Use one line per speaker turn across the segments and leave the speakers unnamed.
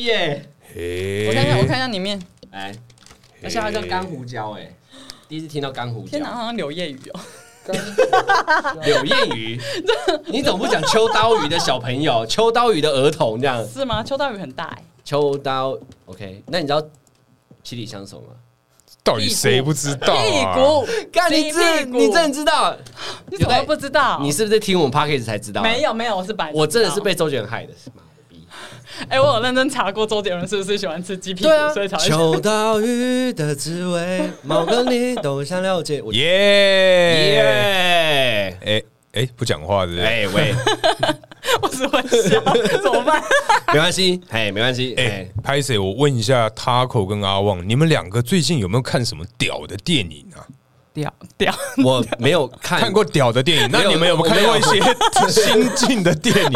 耶！
嘿
我看一下，我看一下里面，
哎，而且它叫干胡椒，哎，第一次听到干胡椒
天。哪，好像柳叶鱼哦。
柳叶鱼，你怎么不讲秋刀鱼的小朋友、秋刀鱼的儿童这样？
是吗？秋刀鱼很大哎、
秋刀，OK？那你知道七里香什么吗？
到底谁不知道
屁
啊？
股，
干，你
屁
真
股
你真的知道？
你怎么会不知道？
你是不是听我们 p o c k e t 才知道？
没，有没有，我是白，
我真的是被周杰伦害的。妈的逼
哎、我有认真查过周杰伦是不是喜欢吃鸡屁股，
对啊
所以才，会
秋刀鱼的滋味，某个你都想了 解。我
耶！
耶！
哎哎，不讲话对不对？
哎喂，
我只会笑， 怎么办？
没关 系，哎没关系，哎
哎，，拍谁？我问一下，Taco 跟阿旺，你们两个最近有没有看什么屌的电影啊？
屌屌，
我没有看
看过屌的电影，那
哎没有
你们有没有看
我
过
没
一些新进的电影？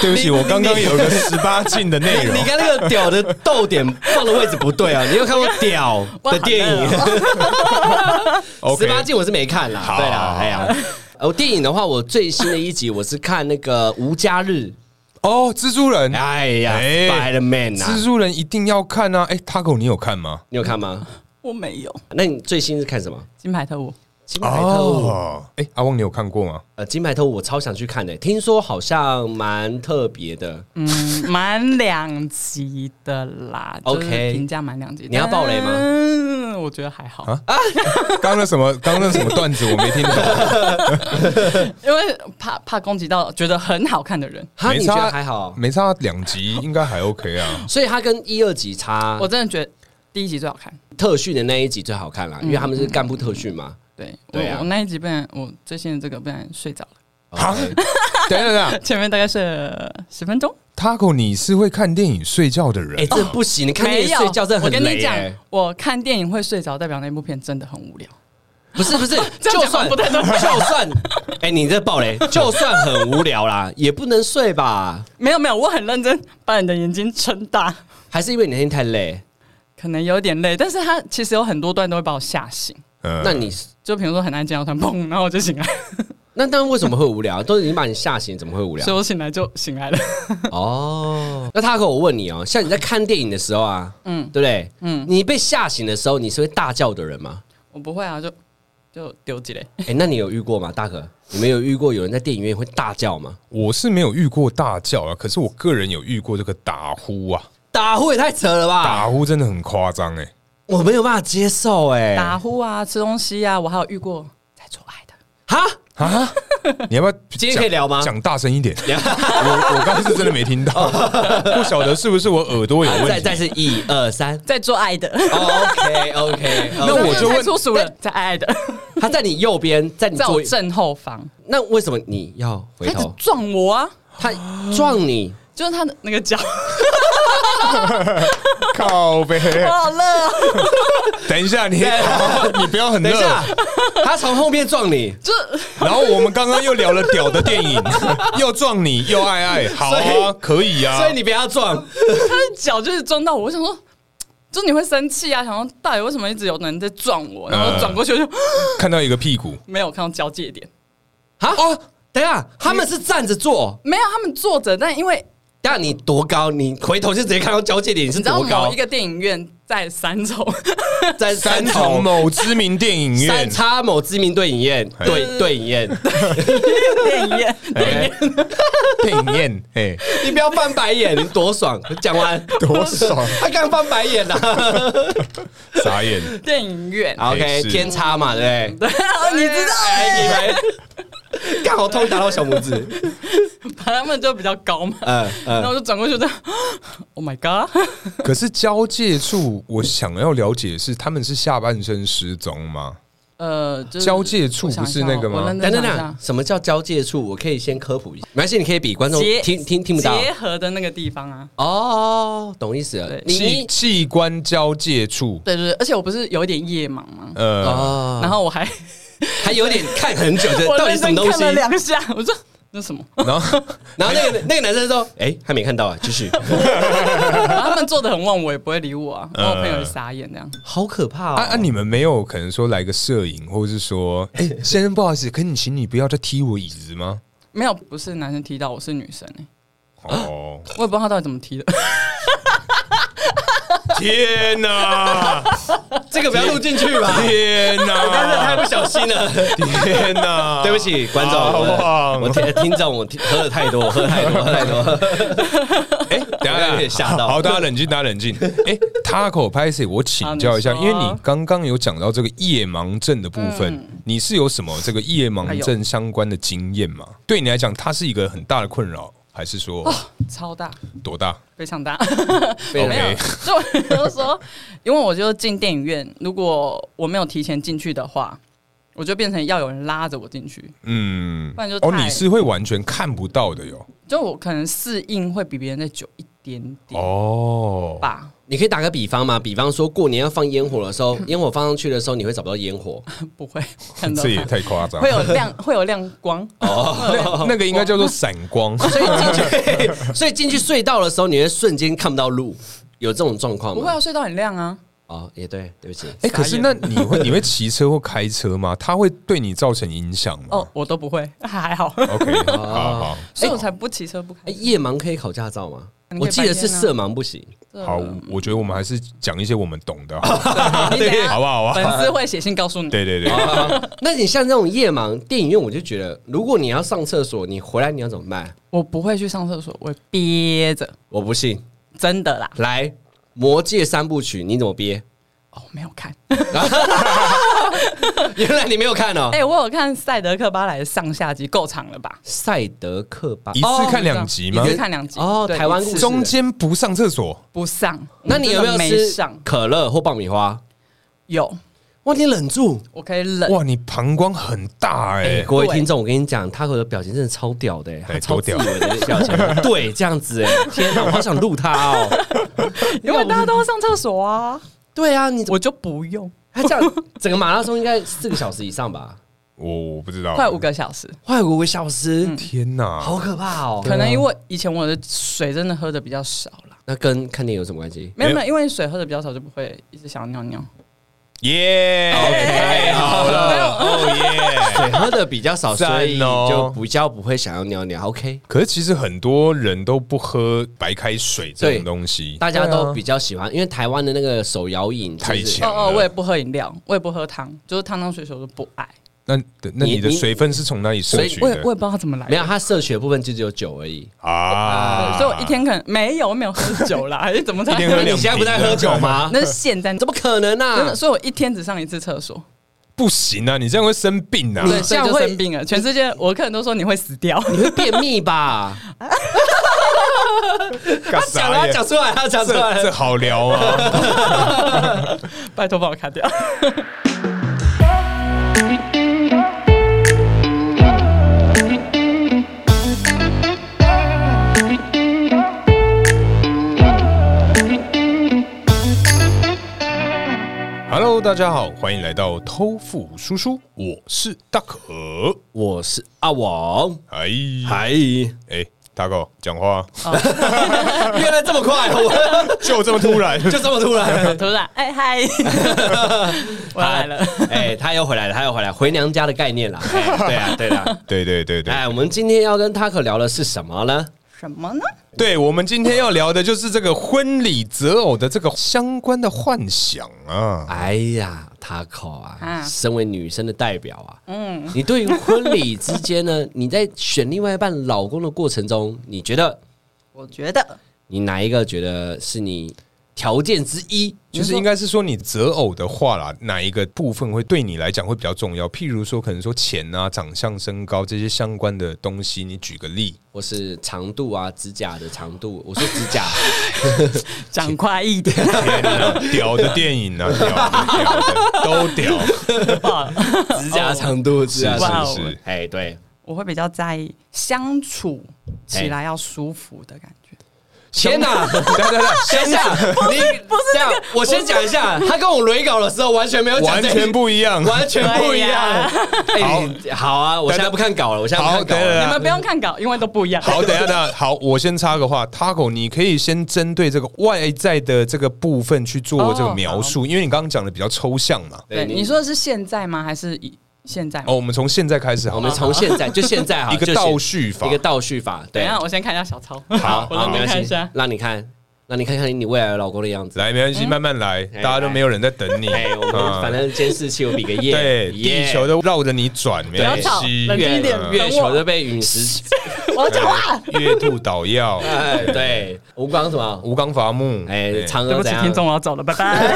对不起，我刚刚有个十八禁的内容
你。看那个屌的逗点放的位置不对啊！你有看过屌的电影？十
OK，
八禁我是没看啦。
好
对啦，哎呀，呃，电影的话，我最新的一集我是看那个《无家日
哦，蜘蛛人》。，
哎呀
哎
，Spider Man 啊
蜘，蛛人一定要看啊！哎，Taco，你有看吗？
你有看吗？
我没有
那你最新是看什么？
金牌特务，
金牌特务。，
哎，阿旺，你有看过吗？
呃，金牌特务我超想去看的、听说好像蛮特别的。
嗯， 蛮两极的啦
OK
就是评价蛮两极。
你要爆雷吗
嗯，我觉得还好，
啊刚刚那什么，刚刚那什么段子我没听懂。
因为怕怕攻击到觉得很好看的人。
哈，
没
你
差
觉得还好？
没差两集应该还 OK 啊。
所以它跟一、二集差
我，真的觉得第一集最好看。
特训的那一集最好看啦，因为他们是干部特训嘛。
对，
对
我
啊
我那一集不然我最新的这个不然睡着了，
啊
OK，
等一下等一下
前面大概睡了十分钟。
，Taco，你是会看电影睡觉的人？
哎，这不行，你看电
哦没
影
有
睡觉真的
我
很
跟
累
你讲
欸。，
我看电影会睡着，代表那部片真的很无聊。
不是不是，
这
就
样讲好
算
像不太对
就算，哎，你这暴雷，就算很无聊啦， 也不能睡吧？
没有没有，我很认真把你的眼睛撑大，
还是因为你那天太累？
可能有点累，但是它其实有很多段都会把我吓醒。
嗯
那你
就比如说很安静，然后突然砰，然后我就醒来，
那那为什么会无聊？都已经把你吓醒，怎么会无聊
所以？我醒来就醒来了。
哦，那他和我问你哦，像你在看电影的时候啊，嗯，
嗯
对不对？嗯
嗯，
你被吓醒的时候，你是会大叫的人 吗？
我不会啊，就就丢几嘞。
哎，那你有遇过吗，大可？你们有遇过有人在电影院会大叫吗？
我是没有遇过大叫啊，可是我个人有遇过这个打呼啊，
打呼也太扯了吧！
打呼真的很夸张哎。
我没有办法接受哎、
打呼啊，吃东西啊，我还有遇过在做爱的。
哈，
啊！ 你要不要
今天
讲
可以聊吗
讲大声一 点。我我刚刚是真的没听到，
哦
不晓得是不是我耳朵有
再
问
再
题。
是一二三。
在做爱的，
哦
OK OK，
那我就问
太粗俗了，在爱爱的，
他在你右边，在你
在
左
我，正后方，
那为什么你要回
他一直
头？
撞我啊，
他撞你，
就是他的那 个脚，
靠呗，
我好热啊，
等一下你哦你不要很
哦等一
热。
下，他从后面撞你，
就是
然后我们刚刚又聊了屌的电影， 又撞你又爱爱，好
所
啊，可以啊。
所以你不要撞。
他的脚就是撞到我，我想说。就是你会生气啊，想说到底为什么一直有人在撞我，然
嗯
后转过去我就、
看到一个屁股，
没有看到交界点，
啊哦，等一下，他们是站着坐。
没有他们坐着，但因为
等一下你多高？你回头就直接看到交界点，你是
你知道
多
某
高
一？个电影院在 三重，
在
三
三
重
重
某知名电影
三
院，
叉某知名对影院，
哎
对对影 院。
电影院，
哎电影院，哎，
你不要翻白眼，你多爽！讲完，
多爽，
他刚翻白眼了、
傻眼。
电影院，
OK，
没事
天差嘛，对不对？
你知道，
哎，你们刚好痛打到小拇指，
他们就比较高嘛，
嗯
然后
哎嗯，
我就转过去就 ，Oh my god，
可是交界处，我想要了解的是他们是下半身失踪吗？
呃，就是
交界处不是那个吗
我想一下哦我
等
认
等
真想一
等
下，
什么叫交界处？我可以先科普一下，没关系，你可以比观众
结
听听听不到
结合的那个地方啊，
哦，懂意思了
对。
你
器
你
器官交界处，
对对对，而且我不是有一点夜盲吗？
呃，
哦，
然后我还
还有点看很久 的，
我
到底
认
什么
真
东
看
西
了？两下，我说那 什么？
然后
然后那个那个男生说：“哎，还没看到啊，继续。
然后他们做的很旺，我也不会理我
嗯
啊，我
呃
有朋友也傻眼这样。”
好可怕
啊啊，
哦！
你们没有可能说来个摄影，或者是说，哎，先生不好意思，可你请你不要再踢我椅子吗？
没有，不是男生踢到我，是女生哎、
哦，
我也不知道他到底怎么踢的，
天哪！
这个不要录进去吧？
天
我刚才 太
哪！
不小心了，
天哪！
对不起，观众，
好
我
棒
我听听众，我听喝了太多，喝了太多，喝了太多，
哎，等一
我
下
有点吓到
好，大家冷静，大家 冷静。哎，Taco 拍摄，我请教一下，
好
因为
你说
你刚刚有讲到这个夜盲症的部分
嗯，
你是有什么这个夜盲症相关的经验吗？对你来讲，它是一个很大的困扰，还是说
哦超大，
多大
非常 大。没有
？OK，，
就我就说，因为我就进电影院，如果我没有提前进去的话，我就变成要有人拉着我进去，
嗯
不，然就
哦，
太
你是会完全看不到的哟。
就我可能适应会比别人再久一点点
哦，
吧，
你可以打个比方嘛？比方说过年要放烟火的时候，烟火放上去的时候，你会找不到烟火，
不会看到
这也
它
太夸张
会。有亮，会有亮光。
那那个应该叫做散光。
所以进去，所以进去隧道的时候，你会瞬间看不到路，有这种状况
不会
吗？
啊，隧道很亮啊，
哦，也对，对不起，
哎、可是
傻眼
那你会你会骑车或开车吗？它会对你造成影响吗、
哦，我都不会，还好，
o k 好好
所以我才不骑车不开
哎，。夜盲可以考驾照吗？
你可
我
以
记得是
白天啊
色盲不行。
这
好，我觉得我们还是讲一些我们懂的好了，
你等一下哦
好不好？好不好？
粉丝会写信告诉你，
对对对，
那你像这种夜盲电影院，我就觉得，如果你要上厕所，你回来你要怎么办？
我不会去上厕所，我会憋着，
我不信，
真的啦，
来《魔戒》三部曲，你怎么憋？
哦，没有看。
啊原来你没有看哦
哎、，我有看《赛德克巴莱》的上下集，够长了吧？
赛德克巴
一
哦
次看两集吗
一？次看两集
哦
对
台湾
一次
故事
中间不上厕所，
不上，
那你有没有
我真的没
吃
上？
可乐或爆米花？
有，
哇，你忍住！
我可以冷。
哇，你膀胱很大哎、
哎、各位
对
听众，我跟你讲，Taco 的表情真的超屌的、哎，
对
他超
多
自
屌
我的表情， 对，这样子、哎，天哪，我好想录他哦。
因为大家都要上厕所啊，
对啊，你
我就不用，
他这样整个马拉松应该四个小时以上吧？
我我不知道，
快五个小时。
快五个小时，
天哪！
好可怕哦。
可能因为以前我的水真的喝的比较少啦，
那跟看电影有什么关系？
没有
没有
没有，因为水喝的比较少，就不会一直想要尿尿。
耶、太好了，哦耶！
水喝的比较少，
赞哦
所以就比较不会想要尿尿。OK，
可是其实很多人都不喝白开水这
对
种东西，
大家都比较喜欢，因为台湾的那个手摇饮就是
啊太强
哦
了
哦，我也不喝饮料，我也不喝汤，就是汤汤水水我都不爱。
那那你的
你
水分是从哪里摄
所以
取
我也
的
我也不知道它怎么来的。
没有，它摄取的部分就只有酒而已。
啊
对所以我一天可能没有，我没有喝酒 啦，还是怎么才？
一天喝
那你
两
现在不在
瓶啊
喝酒吗？
那是现在，
怎么可能
真
啊
的，？所以我一天只上一次厕所，
不行啊，你这样会生病啊！
对，嗯所以
这样
就
会
生病了。全世界我客人都说你会死掉，
你会便秘吧？
干
他讲了，
啥
他
耶
讲出来，他讲出
这
来
这
了。
好聊啊！
拜托帮我卡 掉。
Hello，大家好，欢迎来到偷富叔叔，我是大可。
我是阿王，
哎
嗨，原
哎，大狗讲话
来这么快，我
就这么突然，
就这么突然。
突然， 哎嗨，我来了。
哎，他又回来了，他又回来，回娘家的概念啦。哎 对啊，对啦。
对对对对
哎，我们今天要跟 Taco 聊的是什么呢？
什么呢？
对，我们今天要聊的就是这个婚礼择偶的这个相关的幻想啊。
哎呀，Taco 啊，
啊
身为女生的代表啊，嗯，你对于婚礼之间呢，你在选另外一半老公的过程中，你觉得
我觉得
你哪一个觉得是你条件之一？
就是应该是说，你择偶的话啦，哪一个部分会对你来讲会比较重要？譬如说，可能说钱啊、长相、身高这些相关的东西，你举个例。
或是长度啊，指甲的长度，我说指甲，
讲快一点，
天哪，啊屌的电影啊，屌的屌的都屌，
指甲的长度，指甲的长
哇
度
哦
是，
哎，对，
我会比较在意相处起来要舒服的感觉。
天 哪！
等等等，
等一下，你不是这个，我先讲一下，他跟我雷稿的时候完全没有讲
完
这一，
全不一样。
完全不一
哎
样。
好
哎，好啊，我现在不看稿了，我现在不
好，
看稿
等
了。
你
等
们
等。
不用看稿，因为都不一样。
好，等一下，等一下，好，我先插个话，Taco，你可以先针对这个外在的这个部分去做这个描述，因为你刚刚讲的比较抽象嘛。
对，你说的是现在吗？还是以现在吗？
哦，我们从现在开始好
我
了，
们从现在就现在好，
一个
就现
倒叙法
一个倒叙法。
等
对
一，下，我先看一下小抄。
好，
我认
没关
真看一
系
下，。
让你看，那你看看你未来的老公的样子。
来，没关
嗯
系，慢慢来，
哎
大家都没有人在等 你。
哎，我们
啊
反正监视器有比个耶，
对，
耶
地球都绕着你转，没
不要
关
吵
系。
冷静一点
嗯
月球都被陨石，
我要讲话。
月兔捣药，
哎，对，吴刚什么？
吴刚伐木，
哎，
对
嫦
对
娥
不
怎
起，
样？
听众，我要走了，拜 拜。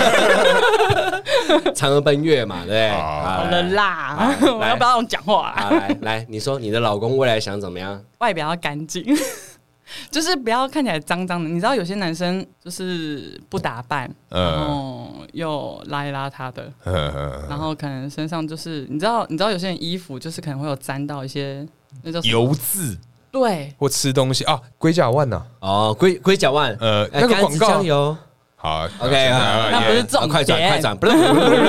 嫦娥奔月嘛，对不对？
好
好了
来
啦，
来
我要不要让我讲话啊？
好来来，你说你的老公未来想怎么样？
外表要干净， 就是不要看起来脏脏的。你知道有些男生就是不打扮，然
嗯
后又邋里邋遢的，
嗯嗯，
然后可能身上就是你知道，你知道有些人衣服就是可能会有沾到一些那叫 什么
油渍
对，
或吃东西啊，龟甲万呐，
哦，龟龟甲万，
呃，
哎
那个
甘
广
子
告
酱油
好
，OK，
啊
那不是重
啊快转
点
快转，不是，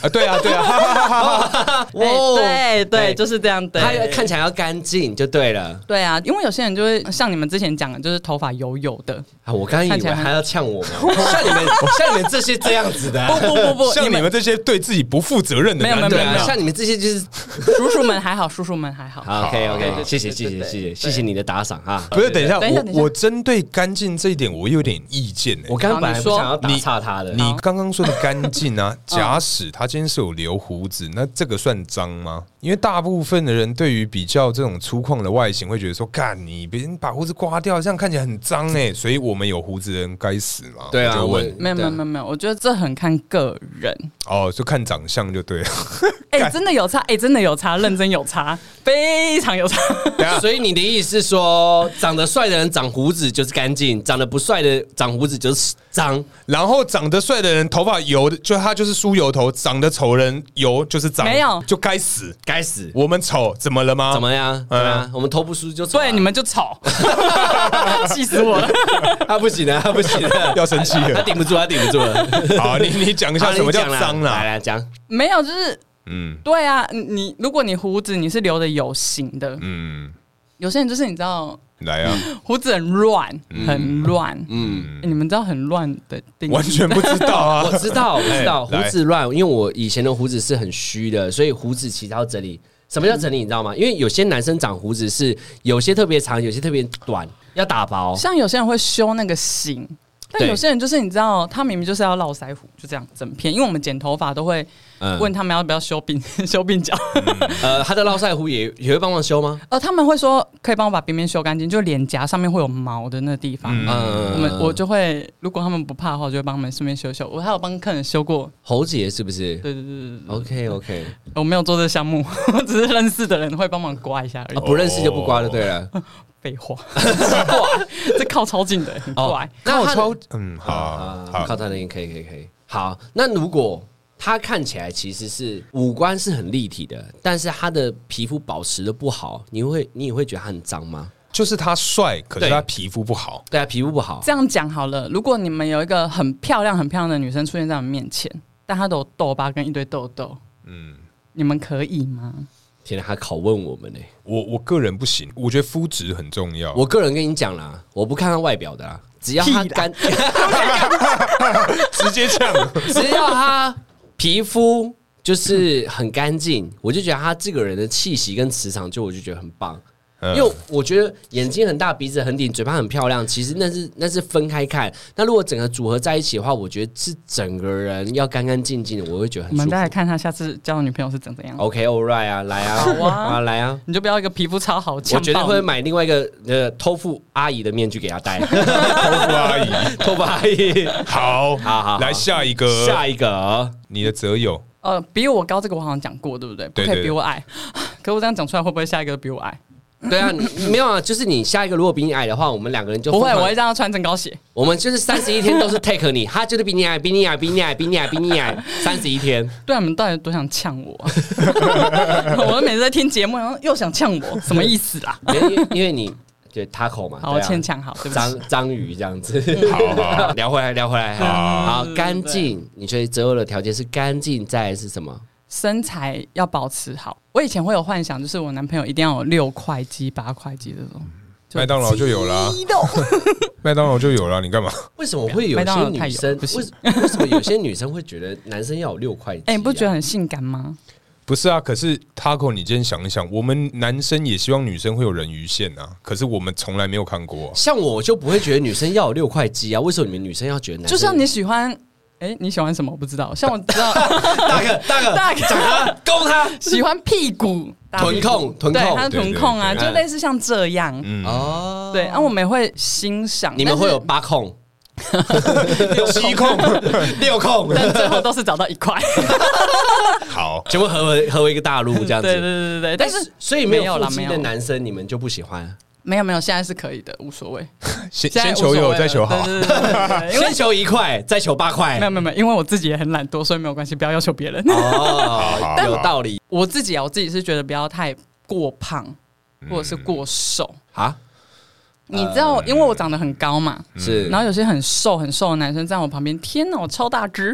啊，对啊，对啊，哈哈哈哈
哎对对，
就
就是这样对
他要看起来要干净就对了。
对啊，因为有些人就会像你们之前讲的，就是头发油油的。
啊，我刚以为他要呛我们，像你们像你们这些这样子的
不
啊，
不不不，
像你们这些对自己不负责任的
没有
男
没
对
有没
啊，
人
有，
像你们这些就是
叔叔们还好，叔叔们还好。
OK
对对
OK，
对
谢谢
对
谢谢谢
对
谢
对
谢谢你的打赏哈。
不是，等一下，
等一下等
我
一下
我针对干净这一点，我有点意见欸呢。
我刚刚本来不
好你说
想要打岔他的，
你刚刚说的干净 啊，假使他今天是有留胡子，那这个算脏吗？因为大部分的人对于比较这种粗犷的外形，会觉得说，干你别人把胡子刮掉，这样看起来很脏哎。所以我们有胡子的人该死吗？
对啊，
我就
我
问
没有没有没有没有，我觉得这很看个人。
哦，就看长相就对了。
哎、真的有差，哎、真的有差，认真有差，非常有差。
等一下
所以你的意思是说，长得帅的人长胡子就是干净，长得不帅的长胡子就是脏。
然后长得帅的人头发油的，就他就是梳油头；长得丑人油就是脏，
没有
就该死。
该死，
我们丑怎么了吗？
怎么样？
嗯
对啊，我们头不梳就丑啊
对，你们就吵， 气死我了。
他不行 了，他不行了，
要生 气
他
了？
顶不住，他顶不住了。
好，你 你讲 一
好
下什么叫
你讲啦
脏啊
来
啦？
来讲，
没有，就是
嗯
对啊，你你如果你胡子你是留的有型的，
嗯，
有些人就是你知道
来啊，
胡子很乱，很乱。
嗯，
欸你们知道很乱的定义
完全不知道啊
我知道，我知道，胡
哎
子乱，因为我以前的胡子是很虚的，所以胡子其实要整理。什么叫整理？你知道吗？因为有些男生长胡子是有些特别长，有些特别短，要打薄。
像有些人会修那个型，但
对
有些人就是你知道，他明明就是要络腮胡，就这样整片。因为我们剪头发都会
嗯
问他们要不要修鬓 修鬓角，
呃，他的络腮胡也也会帮忙修吗？
呃，他们会说可以帮我把边边修干净，就脸颊上面会有毛的那地方。
嗯，
我们我就会，如果他们不怕的话，我就会帮他们顺便修修。我还有帮客人修过，
喉结是不是
对对对对对，
？OK OK，
我没有做这个项目， 我只是认识的人会帮忙刮一下而
啊，
已。
不认识就不刮就对了。哦
废话， 很怪，这靠超近的，很
哦
怪。
那他
超嗯好
啊，靠
好，
他那边可以可以可以。好，那如果他看起来其实是五官是很立体的，但是他的皮肤保持的不好，你会你也会觉得他很脏吗？
就是他帅，可是
对
他皮肤不好。
对啊，皮肤不好
这样讲好了，如果你们有一个很漂亮、很漂亮的女生出现在我们面前，但她都有痘疤跟一堆痘痘，
嗯，
你们可以吗？
天哪，他拷问我们呢、
我我个人不行，我觉得肤质很重要。
我个人跟你讲啦，我不看他外表的啦，只要他
屁啦
干，
直接呛，
只要他皮肤就是很干净，我就觉得他这个人的气息跟磁场，就我就觉得很棒。
嗯
因为我觉得眼睛很大，鼻子很挺，嘴巴很漂亮，其实那是那是分开看。那如果整个组合在一起的话，我觉得是整个人要干干净净的，我会觉得
我
很舒
们
服
再。来看她下次交的女朋友是怎怎样。
OK, all right 啊，来啊，
好啊
来啊，
你就不要一个皮肤超好，
我
强
绝对
暴
会
你
买另外一个呃偷富阿姨的面具给她戴，
头发阿姨。
偷富阿姨。
好，
好好
来下一个，
下一个，啊
你的择友，
呃，比我高这个我好像讲过，对不对？不
对
可以
对
比我矮。 可我这样讲出来，会不会下一个比我矮？
对啊，你没有啊，就是你下一个如果比你矮的话，我们两个人就
不会，
疯
啊我
狂
会让他穿增高鞋。
我们就是三十一天都是 take 你，他就是比你矮，比你矮，比你矮，比你矮，比你矮，三十一天。
对啊，你们到底多想呛我、 啊？我每次在听节目，然后又想呛 我，什么意思啦？
没因为因为你对 taco 嘛，
好，我
对啊
牵强好，对不起。
章章鱼这样子。
好好好，
聊回来，聊回来，好，好
嗯
干净。你觉得择偶的条件是干净，再来是什么？
身材要保持好。我以前会有幻想，就是我男朋友一定要有六块肌、八块肌这种。
麦当劳就有啦， 麦当劳就有啦，你干嘛？
为什么会有
麦当
些
劳太
女
油
生？
不行哎
为什为什么有些女生会觉得男生要有六块肌啊？
哎、你不觉得很性感吗？
不是啊，可是 Taco，你今天想一想，我们男生也希望女生会有人鱼线啊，可是我们从来没有看过、啊。
像我就不会觉得女生要有六块肌啊，为什么你们女生要觉得男生？
就像你喜欢，哎、你喜欢什么？我不知道。像我知道
大哥，大哥，
大哥
讲他，攻他，
喜欢屁股，大屁
臀
股
控，臀
对，他
控
是臀控啊，
对对对
就类似像这样。
嗯，
哦，
对，然、啊后我们也会欣赏，
你们
但是
会有八控、
七控
六控，
但最后都是找到一 块。
好，
全部合为合为一个大陆这样
对对
子。
对对对，哎但是
所以没
没
有
有啦
腹肌
没
的
有
男生，你们就不喜欢。
没有没有，现在是可以的，无所谓。
先
现在
先
无
求
所谓
有，
了
再求好啊。
对对对对对对哎 因为
先求一块，再求八块
没。有没有没有，因为我自己也很懒惰，所以没有关系，不要要求别人。
哦，有道理
我自己啊，我自己是觉得不要太过胖
嗯
或者是过瘦。
啊，嗯
你知道，因为我长得很高嘛，
是
然后有些很瘦很瘦的男生站我旁边，天哪，我超大只。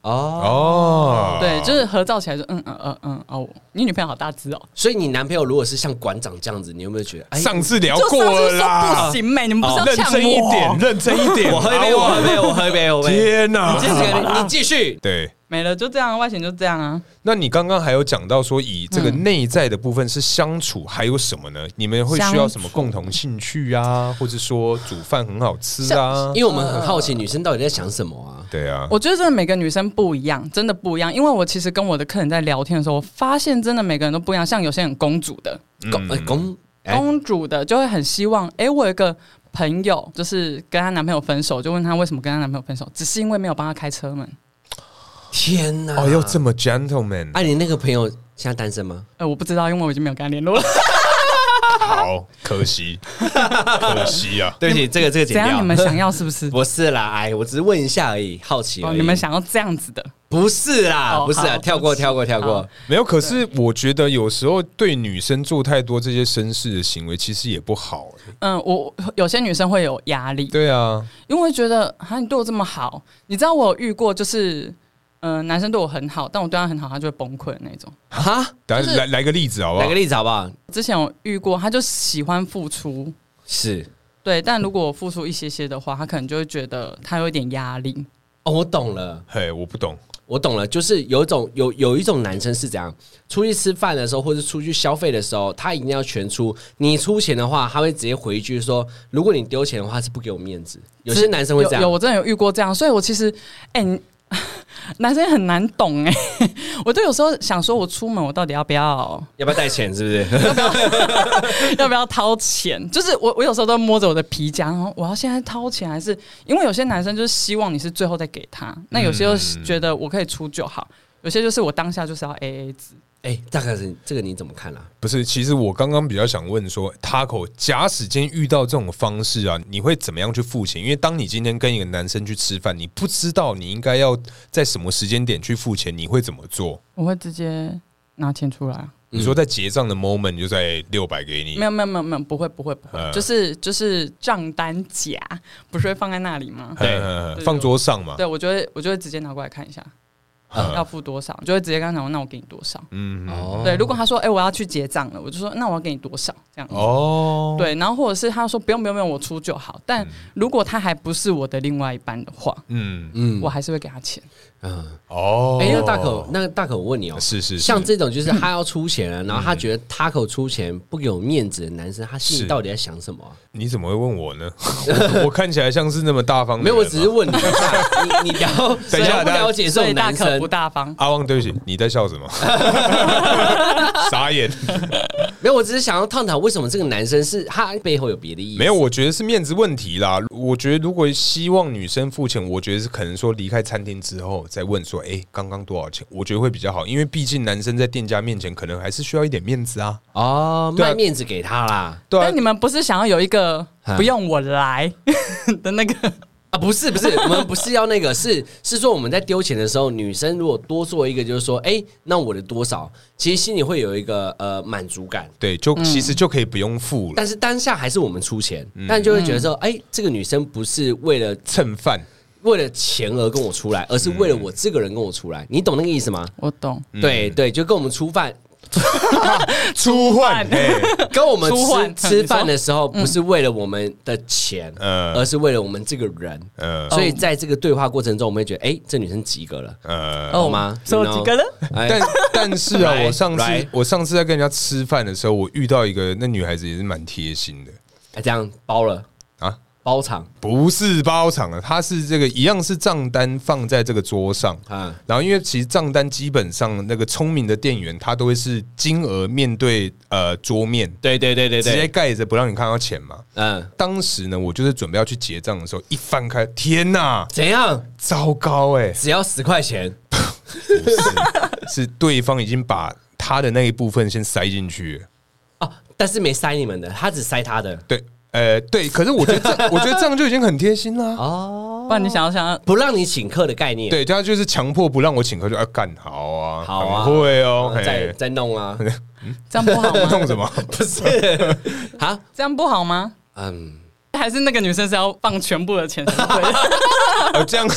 哦。
哦，
对，就是合照起来就嗯嗯嗯嗯哦，你女朋友好大只哦。
所以你男朋友如果是像馆长这样子，你有没有觉得？哎，
上次聊
就
过了
上次说
啦哦
不，行没，你们不是要
认
呛
真一点，认真一点。
我喝一杯，我喝一杯，我喝一杯，我喝一杯。
天哪！
你继续，你继续。
对，
没了，就这样，外形就这样啊。
那你刚刚还有讲到说，以这个
嗯
内在的部分是相处，还有什么呢？你们会需要什么共同兴趣啊，或者说煮饭很好吃啊？
因为我们很好奇女生到底在想什么啊？
对啊，
我觉得真的每个女生不一样，真的不一样。因为我其实跟我的客人在聊天的时候，我发现真的每个人都不一样。像有些人公主的，
公呃公哎
公主的就会很希望，诶，我有一个朋友，就是跟她男朋友分手，就问她为什么跟她男朋友分手，只是因为没有帮她开车门。
天哪！
哦，要这么 gentleman，
哎，你那个朋友现在单身吗？
呃，我不知道，因为我已经没有跟她 联络了。
好可惜，可惜啊！
对不起，这个这个
怎样？你们 想要是 不是？
不是啦，哎，我只是问一下而已，好奇而
哦，
已。
你们想要这样子的？
不是啦，
哦
不是啊，
好
跳过，
对不起
跳过，跳过
好。
没有，可是我觉得有时候对女生做太多这些绅士的行为，其实也不好、欸。
嗯，我有些女生会有压力，
对啊，
因为会觉得啊，你对我这么好，你知道我有遇过，就是嗯、呃男生对我很好，但我对他很好，他就会崩溃的那种。
哈，
来
就是
来来个例子好不
来
好
个？例子好不好？
之前我遇过，他就喜欢付出，
是
对，但如果我付出一些些的话，他可能就会觉得他有一点压力。
哦，我懂了，
嘿，我不懂，
我懂了，就是有一种有有一种男生是怎样，出去吃饭的时候或者出去消费的时候，他一定要全出。你出钱的话，他会直接回一句说，如果你丢钱的话是不给我面子。有些男生会这
有，有
样，
我真的有遇过这样，所以我其实，哎、你 男生也很难懂哎、 我都有时候想说，我出门我到底要不要
要不要带钱？是不是？
要不要掏钱？就是我我有时候都摸着我的皮夹，然后我要现在掏钱，还是因为有些男生就是希望你是最后再给他，那有些就是觉得我可以出就好，有些就是我当下就是要 A A 制。
哎，大概是这个你怎么看啦？
不是。其实我刚刚比较想问说，Taco，假使今天遇到这种方式啊，你会怎么样去付钱？因为当你今天跟一个男生去吃饭，你不知道你应该要在什么时间点去付钱，你会怎么做？
我会直接拿钱出来啊，
嗯
你说在结账的 moment 你就在六百给你
没，有没有没有没有，不会不会不会，
嗯
就是就是账单夹不是会放在那里吗？
嘿
对
嘿嘿
对
放桌上嘛。
对，我就会我就会直接拿过来看一下，呃
嗯
要付多少，就会直接跟他讲，那我给你多少。
嗯，
哦
对，如果他说，哎、我要去结账了，我就说，那我要给你多少这样子。
哦，
对，然后或者是他说不用不用不用，我出就好。
嗯
但如果他还不是我的另外一半的话，
嗯，
嗯
我还是会给他钱。
嗯，
哦，
哎，那大可，那大可，我问你哦，
是是是
像这种就是他要出钱了，然后他觉得他口出钱不给我面子的男生，他心
是
里到底在想什么啊？
你怎么会问我呢？ 我我看起来像是那么大方的
没
人啊
有，我
吗，
只是问你一 下，你你了
等一下
不了解这
所以
种
大
男
可
生
不？大方。
阿旺，对不起，你在笑 什么？傻眼，
没有，我只是想要探讨为什么这个男生是他背后有别的意义。
没有，，我觉得是面子问题啦。我觉得如果希望女生付钱，我觉得是可能说离开餐厅之后再问说，哎、刚刚多少钱？我觉得会比较好，因为毕竟男生在店家面前可能还是需要一点面子啊。
哦，
对啊
卖面子给他啦。
对啊
但，你们不是想要有一个
啊
不用我来 的那个？
啊，不是不是，我们不是要那个，是是说我们在丢钱的时候，女生如果多做一个，就是说，哎，那我的多少，其实心里会有一个呃满足感。
对，就、其实就可以不用付了，
但是当下还是我们出钱，
嗯
但就
嗯
会觉得说，哎、这个女生不是为了
蹭饭。
为了钱而跟我
嗯
出来，而是为了我这个人跟我出来，你懂那个意思吗？
我懂。
对对，就跟我们出饭
出换，哎，
跟我们
出换
吃吃饭的时候，不是为了我们的钱，
嗯
而是为了我们这个人。
呃
所以在这个对话过程中，我们会觉得，哎、这女生及格了，
呃，
好吗？
哦所以我及格了。
哎
但但是啊，
来
我上次
来
我上次在跟人家吃饭的时候，我遇到一个那女孩子也是蛮贴心的
哎这样包了
啊，
包场
不是包场的，她是这个一样是账单放在这个桌上。
啊，
然后，因为其实账单基本上那个聪明的店员，他都会是金额面对呃桌面，
对对对对
直接，盖着不让你看到钱嘛。
嗯，
当时呢，我就是准备要去结账的时候，一翻开，天哪，
怎样？
糟糕 哎、
只要十块钱，
不是，是对方已经把他的那一部分先塞进去了。
哦，但是没塞你们的，他只塞他的
对，呃，对，可是我觉得这， 我觉得这样就已经很贴心啦。
哦，
不然你想要想要
不让你请客的概念。，
对，他就是强迫不让我请客，就要干好啊，
好啊，
很会哦，嘿
再再弄啊，
这样不好吗？
弄什么？
不是 啊，
这样不好吗？
嗯，
还是那个女生是要放全部的钱才对的？
呃这样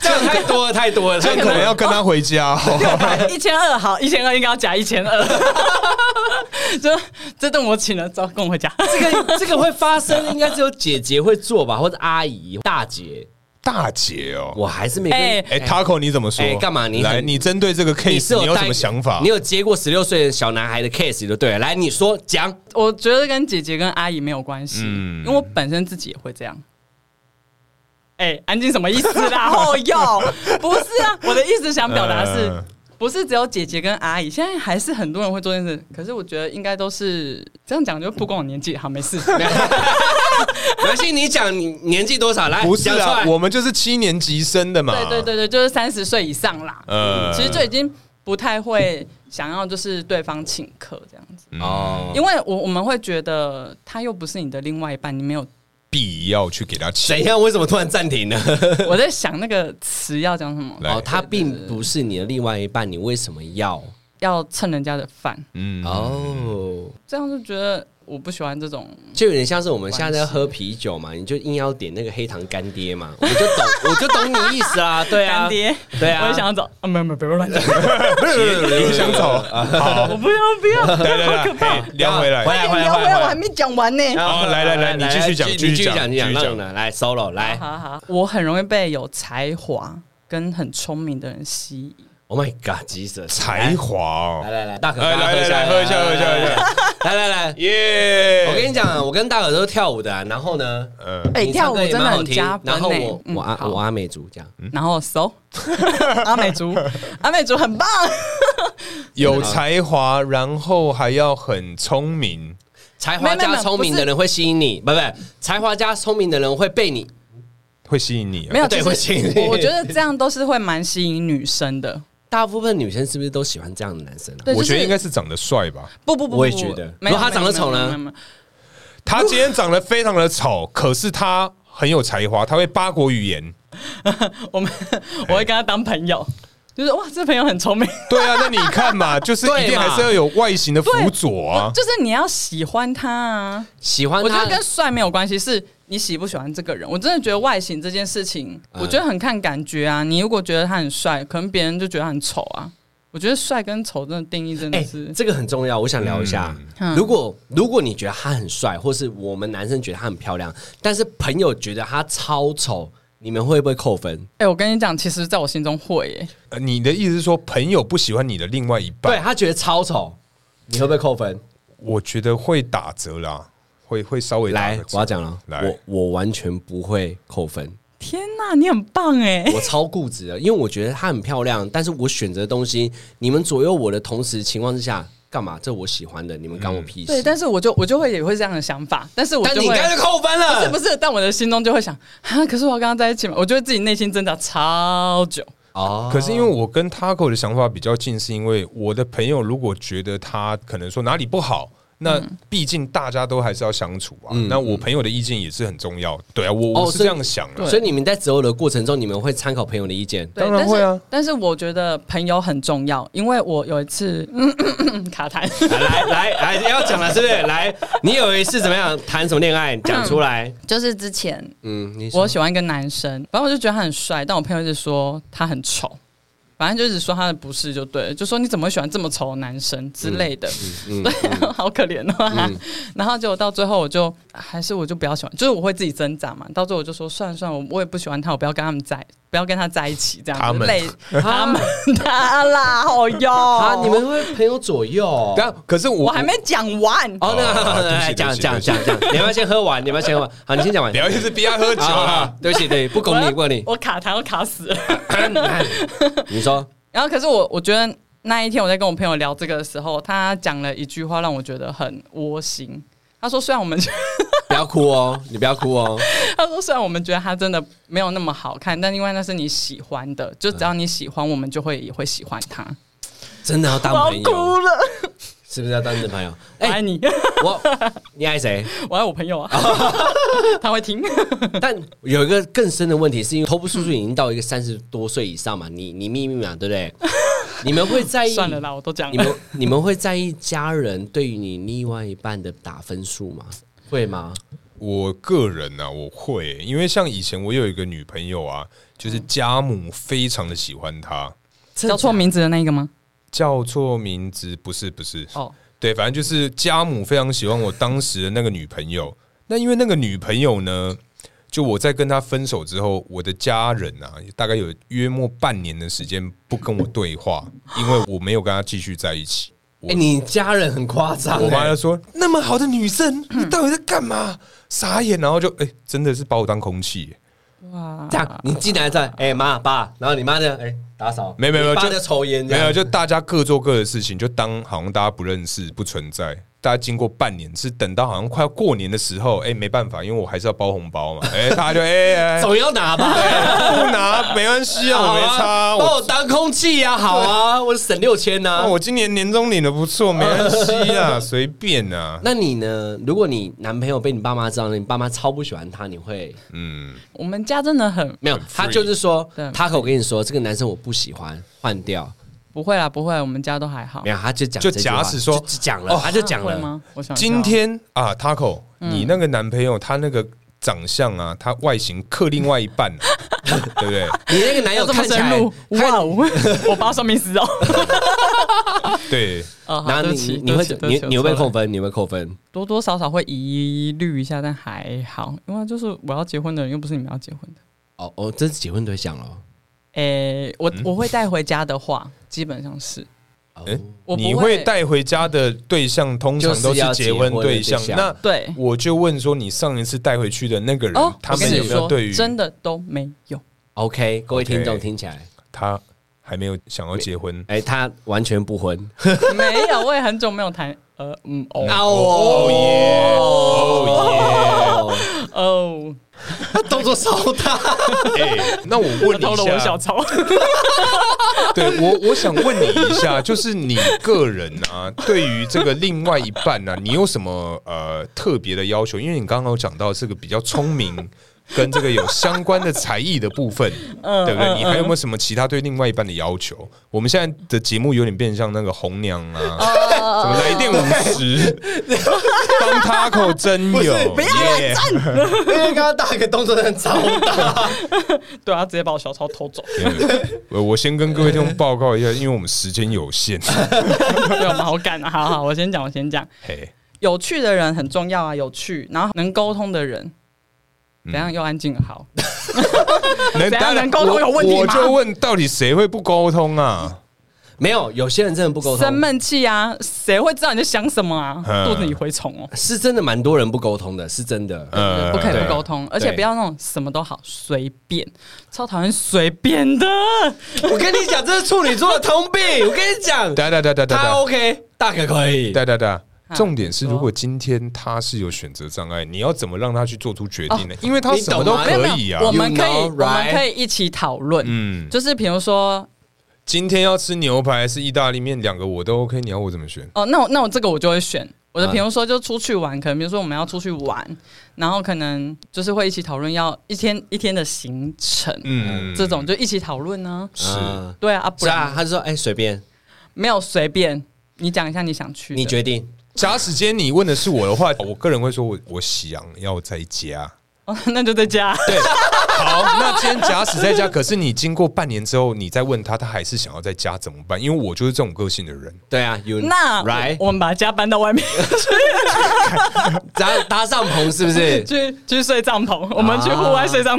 这样太多了，太多了，
这样可能要跟他回家哦。
一千二好，一千二应该要加一千二， 就这顿我请了，走，跟我回家。
这个这个会发生，应该只有姐姐会做吧，或者阿姨、大姐，
大姐哦，
我还是没
哎
跟。
哎，Taco 你怎么说
哎？干嘛你
来，
很
你针对这个 case
是有
你有什
带
么想法
你？有接过十六岁的小男孩的 case 就对了。来，你说讲，
我觉得跟姐姐跟阿姨没有关系，
嗯
因为我本身自己也会这样。哎、安静什么意思啦？后要不是啊，我的意思想表达是、
呃
不是只有姐姐跟阿姨？现在还是很多人会做这件事，可是我觉得应该都是这样讲，就不光我年纪，好没事。
没关系，你讲你年纪多少？来，
不是
讲出
啊，
来
我们就是七年级生的嘛。
对对对对，就是三十岁以上啦。
呃，
其实就已经不太会想要就是对方请客这样
嗯
子，
哦，
因为我我们会觉得他又不是你的另外一半，你没有。
必要去给他钱
怎。样？为什么突然暂停了？
我在想那个词要讲什么，
来
哦，他并不是你的另外一半，你为什么要？
要蹭人家的饭，
嗯，
哦，
这样就觉得我不喜欢这种。
就有点像是我们现在在喝啤酒嘛，你就硬要点那个黑糖干爹嘛，我就懂，我就懂你意思啦，对啊，
干爹，
对啊，
我也想要走啊！没有没有，别乱讲，
你想走？好，
我不要不要，
来来来，哎聊回来
回。来，回来，回来，
我还没讲完呢。
好来来来你继续讲
你
继
继
续
续
讲
讲，你
继续
讲，
讲
让呢，来 solo 来
好好，我很容易被有才华跟很聪明的人吸引。
，Oh my God，Jesus，
才华
来
哦，
来来，大可，
来
大可
来来喝一下喝一下喝一下，
来来来，
耶！
我跟你讲，我跟大可都是跳舞的啊，然后呢，
呃，
哎
嗯你
跳
唱
舞
歌也
真的
蛮好
很
听
加分
然后
呢
我
嗯
我阿
好
我阿啊美族这样，
然后搜 阿美族，阿美 族很棒，
有才华，然后还要很聪明，
才华
没有没
加
有
聪明
不是
的人会吸引你，不不，才华加聪明的人会被你
会吸引你啊。
没有，
对
就
会
是
吸引
我我觉得这样都是会蛮吸引女 生的。
大部分女生是不是都喜欢这样的男生啊？
对，
我
就是
觉得应该是长得帅吧。
不不不不，
我也觉得
没
如
有
果他长得丑呢？
没有没有没有没有
他今天长得非常的丑，可是他很有才华，他会八国语言。
我们我会跟他当朋友，就是哇，这朋友很聪明，
对啊，那你看 嘛，就是
对嘛
一定还是要有外形的辅佐啊。
就是你要喜欢他啊。
喜欢
我觉
他
得跟帅没有关系，是你喜不喜欢这个人。我真的觉得外形这件事情，
哎
我觉得很看感觉啊。你如果觉得他很帅，可能别人就觉得他很丑啊。我觉得帅跟丑真的定义真的
哎、
是，嗯
这个很重要，我想聊一下。
嗯
如果如果你觉得他很帅，或是我们男生觉得他很漂亮，但是朋友觉得他超丑，你们会不会扣分？
哎、我跟你讲，其实在我心中会、耶。
呃你的意思是说，朋友不喜欢你的另外一
对
半，
他觉得超丑，你会不会扣分？
我觉得会打折啦，会会稍微打
来
个，折
我要讲了，
来
我我完全不会扣分，
天哪，你很棒哎、
我超固执的，因为我觉得她很漂亮，但是我选择的东西，你们左右我的同时情况之下，干嘛？这我喜欢的，你们干我屁事？
嗯对，但是我就我就会也会这样的想法，但是我
但
就
你
会
刚才扣分了，
是不是？但我的心中就会想啊，可是我要跟他在一起嘛，我就会自己内心挣扎超久。
哦，
可是因为我跟 Taco 的想法比较近，是因为我的朋友如果觉得他可能说哪里不好，那
嗯
毕竟大家都还是要相处啊。那我朋友的意见也是很重要，对啊，我
哦
我是
所
这
以
样想的。
所以你们在择偶的过程中，你们会参考朋友的意见。
对
当然会啊
但是。但是我觉得朋友很重要，因为我有一次、卡痰，
来来来，要讲了是不是？来，你有一次怎么样谈什么恋爱？讲出来。
就是之前
嗯，你
我
说
喜欢一个男生，反正我就觉得他很帅，但我朋友一直说他很丑。反正就一直说他的不是就对了，就说你怎么会喜欢这么丑的男生之类的，
嗯
对， 好可怜哦、然后结果到最后，我就还是我就不要喜欢，就是我会自己挣扎嘛。到最后我就说，算了算了，我我也不喜欢他，我不要跟他们在，不要跟他在一起，这样
他
子
们
累他们 他啦，好哟，
啊，你们会不会朋友左右？
但可是我
我还没讲完，
哦，那个
啊 对不
来
起对
讲
不起
讲
对
讲讲，你要不要先喝完？你要不要先喝完？好，你先讲完
不。要一直逼他喝酒啊
好好
啦
好。对不起，对，不
我
拱你，
要
不拱你。
我卡痰，我卡死了。
你说，
然后可是我我觉得那一天我在跟我朋友聊这个的时候，他讲了一句话让我觉得很窝心。他说：“虽然我们，
不要哭哦，你不要哭哦。
他说虽然我们觉得他真的没有那么好看，但因为那是你喜欢的，就只要你喜欢，我们就会也会喜欢他。
真的要
我
当
要
朋友，
哭了，
是不是要当你的朋友？
我
哎
爱，你，
我，你爱谁？
我爱我朋友啊，他会听。
但有一个更深的问题，是因为头部叔叔已经到一个三十多岁以上嘛，你你秘密嘛，对不对？ 你们会在意？
算了啦，我都讲
你们
了。
你们会在意家人对于你另外一半的打分数吗？会吗？
我个人呢、啊，我会，因为像以前我有一个女朋友啊，就是家母非常的喜欢她，
叫错名字的那个吗？
叫错名字不是不是，
哦，
对，反正就是家母非常喜欢我当时的那个女朋友。那因为那个女朋友呢，就我在跟她分手之后，我的家人啊，大概有约莫半年的时间不跟我对话，因为我没有跟她继续在一起。
哎、你家人很夸张、
我妈
哎
就说：“嗯那么好的女生，你到底在干嘛？傻眼！”然后就哎、真的是把我当空气耶、
哇，
这样，你进来在哎妈爸，然后你妈呢？哎、打扫，
没有没有
你爸
就
在抽烟，
没有，就大家各做各的事情，就当好像大家不认识、不存在。大家经过半年，是等到好像快要过年的时候，哎、没办法，因为我还是要包红包嘛， 哎、大家就哎、哎
总要拿吧。
不拿没关系啊，我没
好
差。
啊
我
把我当空气呀、好啊，我省六千呐、
啊我今年年终领的不错，没关系 啊，随便啊。
那你呢？如果你男朋友被你爸妈知道了，你爸妈超不喜欢他，你会
嗯，
我们家真的很
没有？
free
他就是说
对，
他口跟你说这个男生我不喜欢，换掉。
不会啦，不会，我们家都还好
没。有，他就讲
就
这句话
假使说哦
就就讲了，他就讲
会
了。
吗？我想一下哦
今天啊，Taco，你
嗯
那个男朋友他那个长相啊，他外形克另外一半啊，对不对？
你那个男友
要这么
看起
深
来
入，哇哦！ 我爸算命师哦。
对，
哦，
然
好，
后
对不
你
起，
你
对不
会
起对不
你
起
你会
我
被
错了
扣分，你会扣分。
多多少少会疑虑一下，但还好，因为就是我要结婚的人，又不是你们要结婚的。
哦哦，这是结婚对象哦了。
诶、我、
嗯
我会带回家的话，基本上是
哦
哎
我不
你会带回家的对象通常都是结婚对象
就是要结婚的对。象
那
对
我就问说，你上一次带回去的那个人
哦，，
他
我跟
们
你
有没有
说
对于
真的都没有，
OK，各位听众
OK
听起来，
他还没有想要结婚？
哎，他完全不婚。
没有，我也很久没有谈，呃，嗯，哦
Oh
哦
耶 Oh
哦耶，
哦，
他动作超大。
哎，那我问你
偷
一
了
下
我小，抄，
对我，我想问你一下，就是你个人啊，对于这个另外一半呢、啊，你有什么呃特别的要求？因为你刚刚有讲到这个比较聪明。跟这个有相关的才艺的 部分，
嗯
对不对？你还有没有什么其他对另外一半的要求？我们现在的节目有点变像那个红娘
哦
啊，什么来电五十，帮 Taco 真
不是
有，
不
耶
因为刚刚大哥动作真的超大，
对啊，直接把我小抄偷走，
嗯我我先跟各位听众报告一下，因为我们时间 有限，
对我们好感啊，好好，我先讲，我先讲，
嘿，
有趣的人很重要啊，有趣，然后能沟通的人，
嗯
怎样又安静了好，
能
怎样
当然
能沟通
我
有问题吗
我就问，到底谁会不沟通啊？
没有，有些人真的不沟
生
通，
闷气啊，谁会知道你在想什么啊？
嗯
肚子里蛔虫哦，
是真的蛮多人不沟通的，是真的。
呃
不可以
对
不沟通，而且不要那种什么都好随便，超讨厌随便的。
我跟你讲，这是处女座的通病。我跟你讲，
哒哒哒哒哒
他
哒
OK，大哥可以。
哒哒哒。
啊
重点是，
说
如果今天他是有选择障碍，你要怎么让他去做出决
哦
定呢？因为他
你
什么
懂
都
吗
没有
可
没
以
有
啊。
我们
You
可以
know,
我们
right?
可以一起讨论，
嗯，
就是比如说，
今天要吃牛排还是意大利面，两个我都 OK，你要我怎么选？
哦，那我那我这个我就会选。我
嗯
的
啊
比如说就出去玩，可能比如说我们要出去玩，然后可能就是会一起讨论要一天一天的行程，
嗯
这种就一起讨论呢。
是
嗯
对啊，啊不
是啊，
然
他就说，哎，随便
没有随便你讲一下你想去的，
你决定。
假使今天你问的是我的话，我个人会说我，我想要在家。
哦，那就在家。
对，好，那今天假使在 家，可是你经过半年之后，你再问他，他还是想要在家怎么办？因为我就是这种个性的人，
对啊，you
那
right
我们把家搬到外面
搭搭帐篷是不是？
去去睡帐
啊
篷，我们去户外睡帐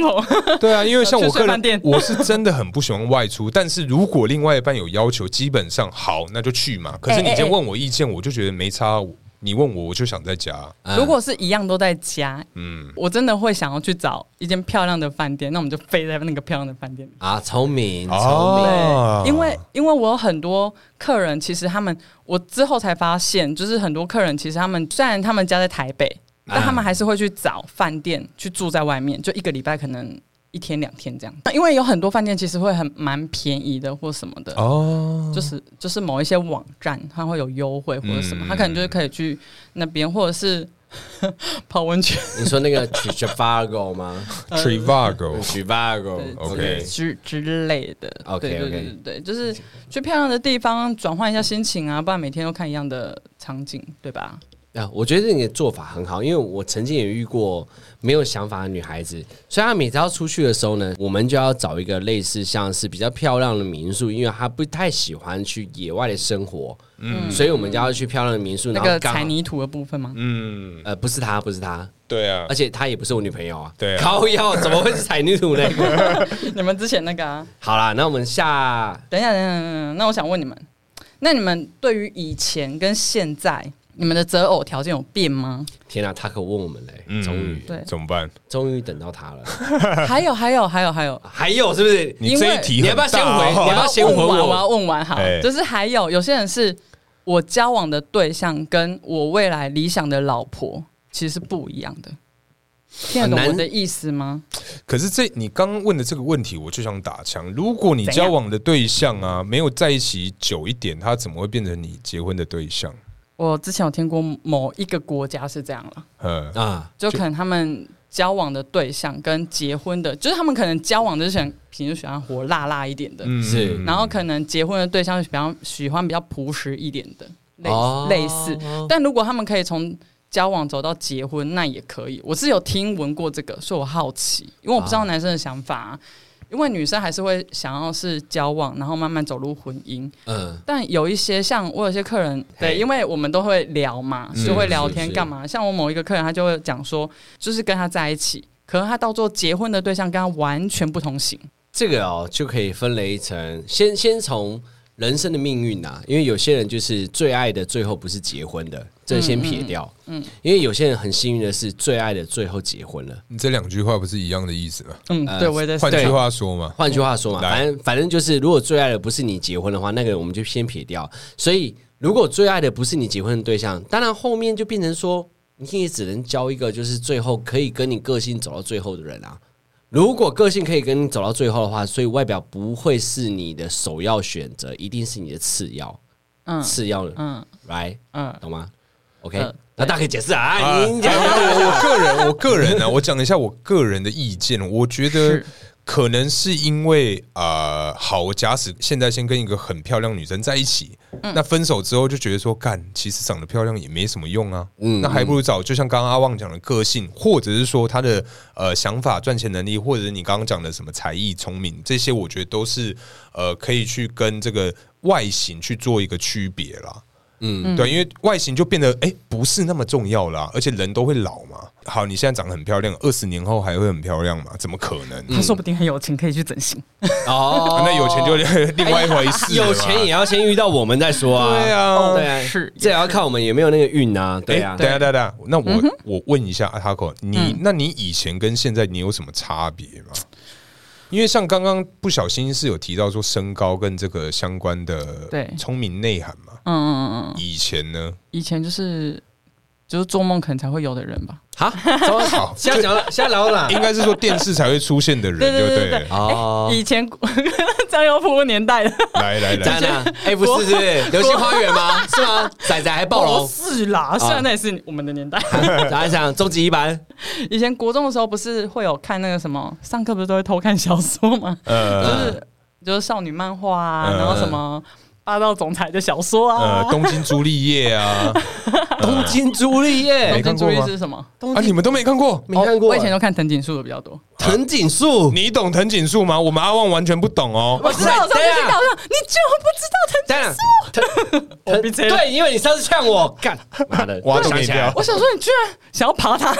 篷。
对啊，因为像我个
去睡饭
人
店，
我是真的很不喜欢外出。但是如果另外一半有要求，基本上好，那就去嘛。可是你
哎哎哎
今天问我意见，我就觉得没差。你问我，我就想在家。
啊
如果是一样都在家，
嗯，
我真的会想要去找一间漂亮的饭店，那我们就飞在那个漂亮的饭店里。
啊，聪明，聪明，
哦，
因为因为我有很多客人，其实他们我之后才发现，就是很多客人其实他们虽然他们家在台北，
嗯
但他们还是会去找饭店去住在外面，就一个礼拜可能一天两天这样。因为有很多饭店其实会很蛮便宜的或什么的，
哦，
就是就是某一些网站它会有优惠或者什么，
嗯
他可能就是可以去那边或者是 泡温泉。
你说那个 t r i v a g o 吗
t r i v a g o
t r i v a g o
呃对
OK，
之之类的。
OK，
对对
OK
对对对，就是去漂亮的地方转换一下心情啊，不然每天都看一样的场景，对吧？
啊，我觉得你的做法很好，因为我曾经也遇过没有想法的女孩子，所以她每次要出去的时候呢，我们就要找一个类似像是比较漂亮的民宿，因为她不太喜欢去野外的生活，嗯，所以我们就要去漂亮的民宿，
那
然后
个
刚好
踩泥土的部分吗？
嗯，
呃，不是她，不是她，
对啊
哎
而，且她也不是我女朋友啊，
对啊
靠腰怎么会是踩泥土呢？ 嗯
你们之前那个啊，
好啦，那我们下
等一下，等一下，等一下等一下，那我想问你们，那你们对于以前跟现在，你们的择偶条件有 变吗？
天啊，他可问我们嘞，
嗯
终于
对
怎么办？
终于等到他了，
还有，还有，还有，还有。
还有是不是？
你这一题
你要不要
很大
先回
哦
你要 不要先
问
回
完，
我
我要问完好
哎，
就是还有有些人是我交往的对象跟我未来理想的老婆其实是不一样的，听得
很
懂
难
我的意思吗？
可是这你刚问的这个问题，我就想打枪。如果你
怎
交
样
往的对象啊没有在一起久一点，他怎么会变成你结婚的对象？
我之前有听过某一个国家是这样了，
呃，
啊？
就可能他们交往的对象跟结婚的，就是他们可能交往之前平时喜欢活辣辣一点的，
嗯
是
然后可能结婚的对象比较喜欢比较朴实一点的，类、
哦
类似。但如果他们可以从交往走到结婚，那也可以。我是有听闻过这个，所以我好奇，因为我不知道男生的想法、啊。因为女生还是会想要是交往，然后慢慢走入婚姻。
嗯，
但有一些像我有些客人，对，
嘿
因为我们都会聊嘛，
嗯
就会聊
是
天
是
干嘛？像我某一个客人，他就会讲说，就是跟他在一起，可能他到最后结婚的对象跟他完全不同型。
这个哦就可以分类一层，先先从人生的命运啊，因为有些人就是最爱的最后不是结婚的，这先撇掉，嗯，因为有些人很幸运的是最爱的最后结婚了。
你这两句话不是一样的意思吗？
嗯，
呃
对，我也在
换
思考
句话说嘛，
换句话说嘛，
来
反正反正就是，如果最爱的不是你结婚的话，那个我们就先撇掉。所以，如果最爱的不是你结婚的对象，当然后面就变成说，你也只能交一个就是最后可以跟你个性走到最后的人啊。如果个性可以跟你走到最后的话，所以外表不会是你的首要选择，一定是你的次要，
嗯
次要的
嗯
，right，
嗯，
懂吗？OK，
嗯
那大家可以解释啊，
啊
你你讲
我我个人，我个人呢、我讲一下我个人的意见。我觉得
是
可能是因为呃，好，我假使现在先跟一个很漂亮女生在一起，那分手之后就觉得说，干，其实长得漂亮也没什么用啊，
嗯
那还不如找就像刚刚阿旺讲的个性，或者是说他的呃想法、赚钱能力，或者是你刚刚讲的什么才艺、聪明这些，我觉得都是呃可以去跟这个外形去做一个区别啦。嗯，对，因为外形就变得哎、不是那么重要啦，而且人都会老嘛。好，你现在长得很漂亮，二十年后还会很漂亮吗？怎么可能？
他说不定很有钱，可以去整形。
哦
那有钱就另外一回事、
有钱也。要先遇到我们再说啊。
对啊
对啊，
哦是
这也要看我们有没有那个运啊。对啊
哎，等一下等一下等一下，那
嗯
我、我问一下阿塔口，你、那你以前跟现在你有什么差别吗？因为像刚刚不小心是有提到说身高跟这个相关的
对
聪明内涵嘛，
嗯嗯嗯嗯，
以前呢，
以前就是就是做梦可能才会有的人吧。
好，走
好
现在讲 了，现在聊到哪？
应该是说电视才会出现的人，
对
对
对
不
对对
对？
哦，
以前 张油服务年代的，
来
哎
来
在
来，
哪？F 四哎是不是流星花园吗？是吗？仔仔还暴
不
龙，
是啦，
啊
虽然那也是我们的年代。
然后想终极一班，
以前国中的时候不是会有看那个什么，上课不是都会偷看小说吗？就
呃
是就是少女漫画啊，
嗯
然后什么霸道总裁的小说啊
呃，，东京朱丽叶啊，
东京朱丽叶
没
东》
看
京
过
注
吗
意是什么？
东
啊，
京
你们都没看过？啊
没看过，
哦我以前都看藤井树的比较多。
藤井树。
你懂藤井树吗？我们阿旺完全不懂哦。
我知道，我上次去搞笑，你居然不
当
知道藤
然，藤藤
闭嘴了
对，因为你上次呛我，干妈的，
我要
我想
给你
起来
掉
我想说，你居然想要爬他，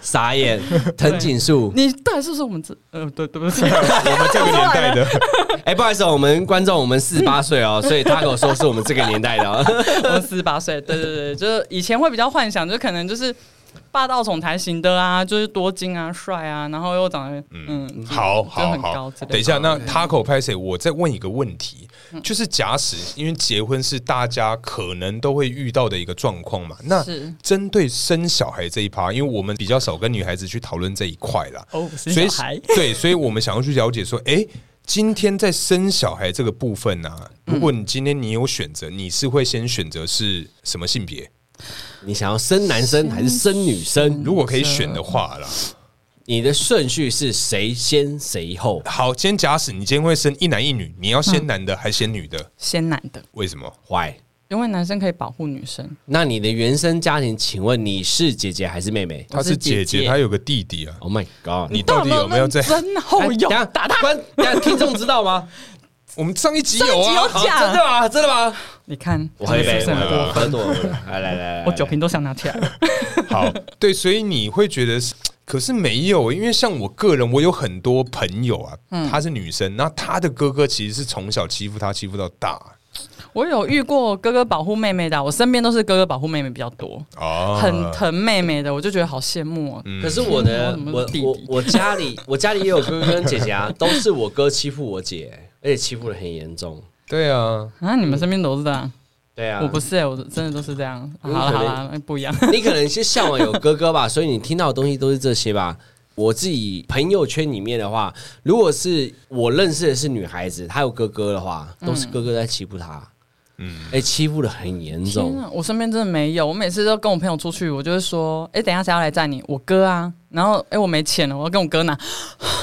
傻眼，藤井树。
你到底是不是我们这？呃，对，对不啊起，
我们这个年代的，
哎，不好意思哦，我们观众我们四十八岁哦，所以他跟我说是我们这个年代的哦。
我四十八岁，对对对，就是以前会比较幻想，就可能就是霸道总裁型的啊，就是多金啊、帅啊，然后又长得嗯，
好
真的
好
很高
好
之类。的嗯
等一下，那 Taco 拍谁？我再问一个问题，就是假使因为结婚是大家可能都会遇到的一个状况嘛，那
是
针对生小孩这一趴，因为我们比较少跟女孩子去讨论这一块啦，
哦，生
所以
小孩
对，所以我们想要去了解说，诶，今天在生小孩这个部分呢、啊，
嗯
如果你今天你有选择，你是会先选择是什么性别？
你想要生男生还是生女
嗯
生？
如果可以选的话啦，
你的顺序是谁先谁后？
好，今天假使你今天会生一男一女，你要
嗯
先男的还是先女的？
先男的，
为什么？
坏。
因为男生可以保护女生，
那你的原生家庭，请问你是姐姐还是妹妹
啊
她是姐
我是姐
姐，
姐
她有个弟弟啊。
？Oh my god！
你到底有没有在？
真后
哎等
有
一下
打他？
观等一下听众知道吗？
我们上一集
上一
有
集
啊
有，
好
假
真的吗？真的吗？
你看，
我喝一杯，
是不是很过
我
分？
喝多了。来来来，
我酒瓶都想拿起来了。
好，对，所以你会觉得是，可是没有，因为像我个人，我有很多朋友啊，她是女生，那她的哥哥其实是从小欺负她，欺负到大
我有遇过哥哥保护妹妹的啊，我身边都是哥哥保护妹妹比较多，
哦
很疼妹妹的，我就觉得好羡慕哦。
可是我的
嗯
我
我怎么是弟弟
我我家里我家里也有哥哥跟姐姐啊，都是我哥欺负我姐，而且欺负的很严重。
对啊，
啊，你们身边都是这样？
对啊，
我不是欸，我真的都是这样。好
嗯
了
可
好
能
了，不一样。
你可能是向往有哥哥吧，所以你听到的东西都是这些吧。我自己朋友圈里面的话，如果是我认识的是女孩子，她有哥哥的话，都是哥哥在欺负她，嗯，哎、欺负的很严
天
重。
啊我身边真的没有。我每次都跟我朋友出去，我就会说：“哎、等一下谁要来载你？我哥啊。”然后哎、我没钱了，我要跟我哥拿。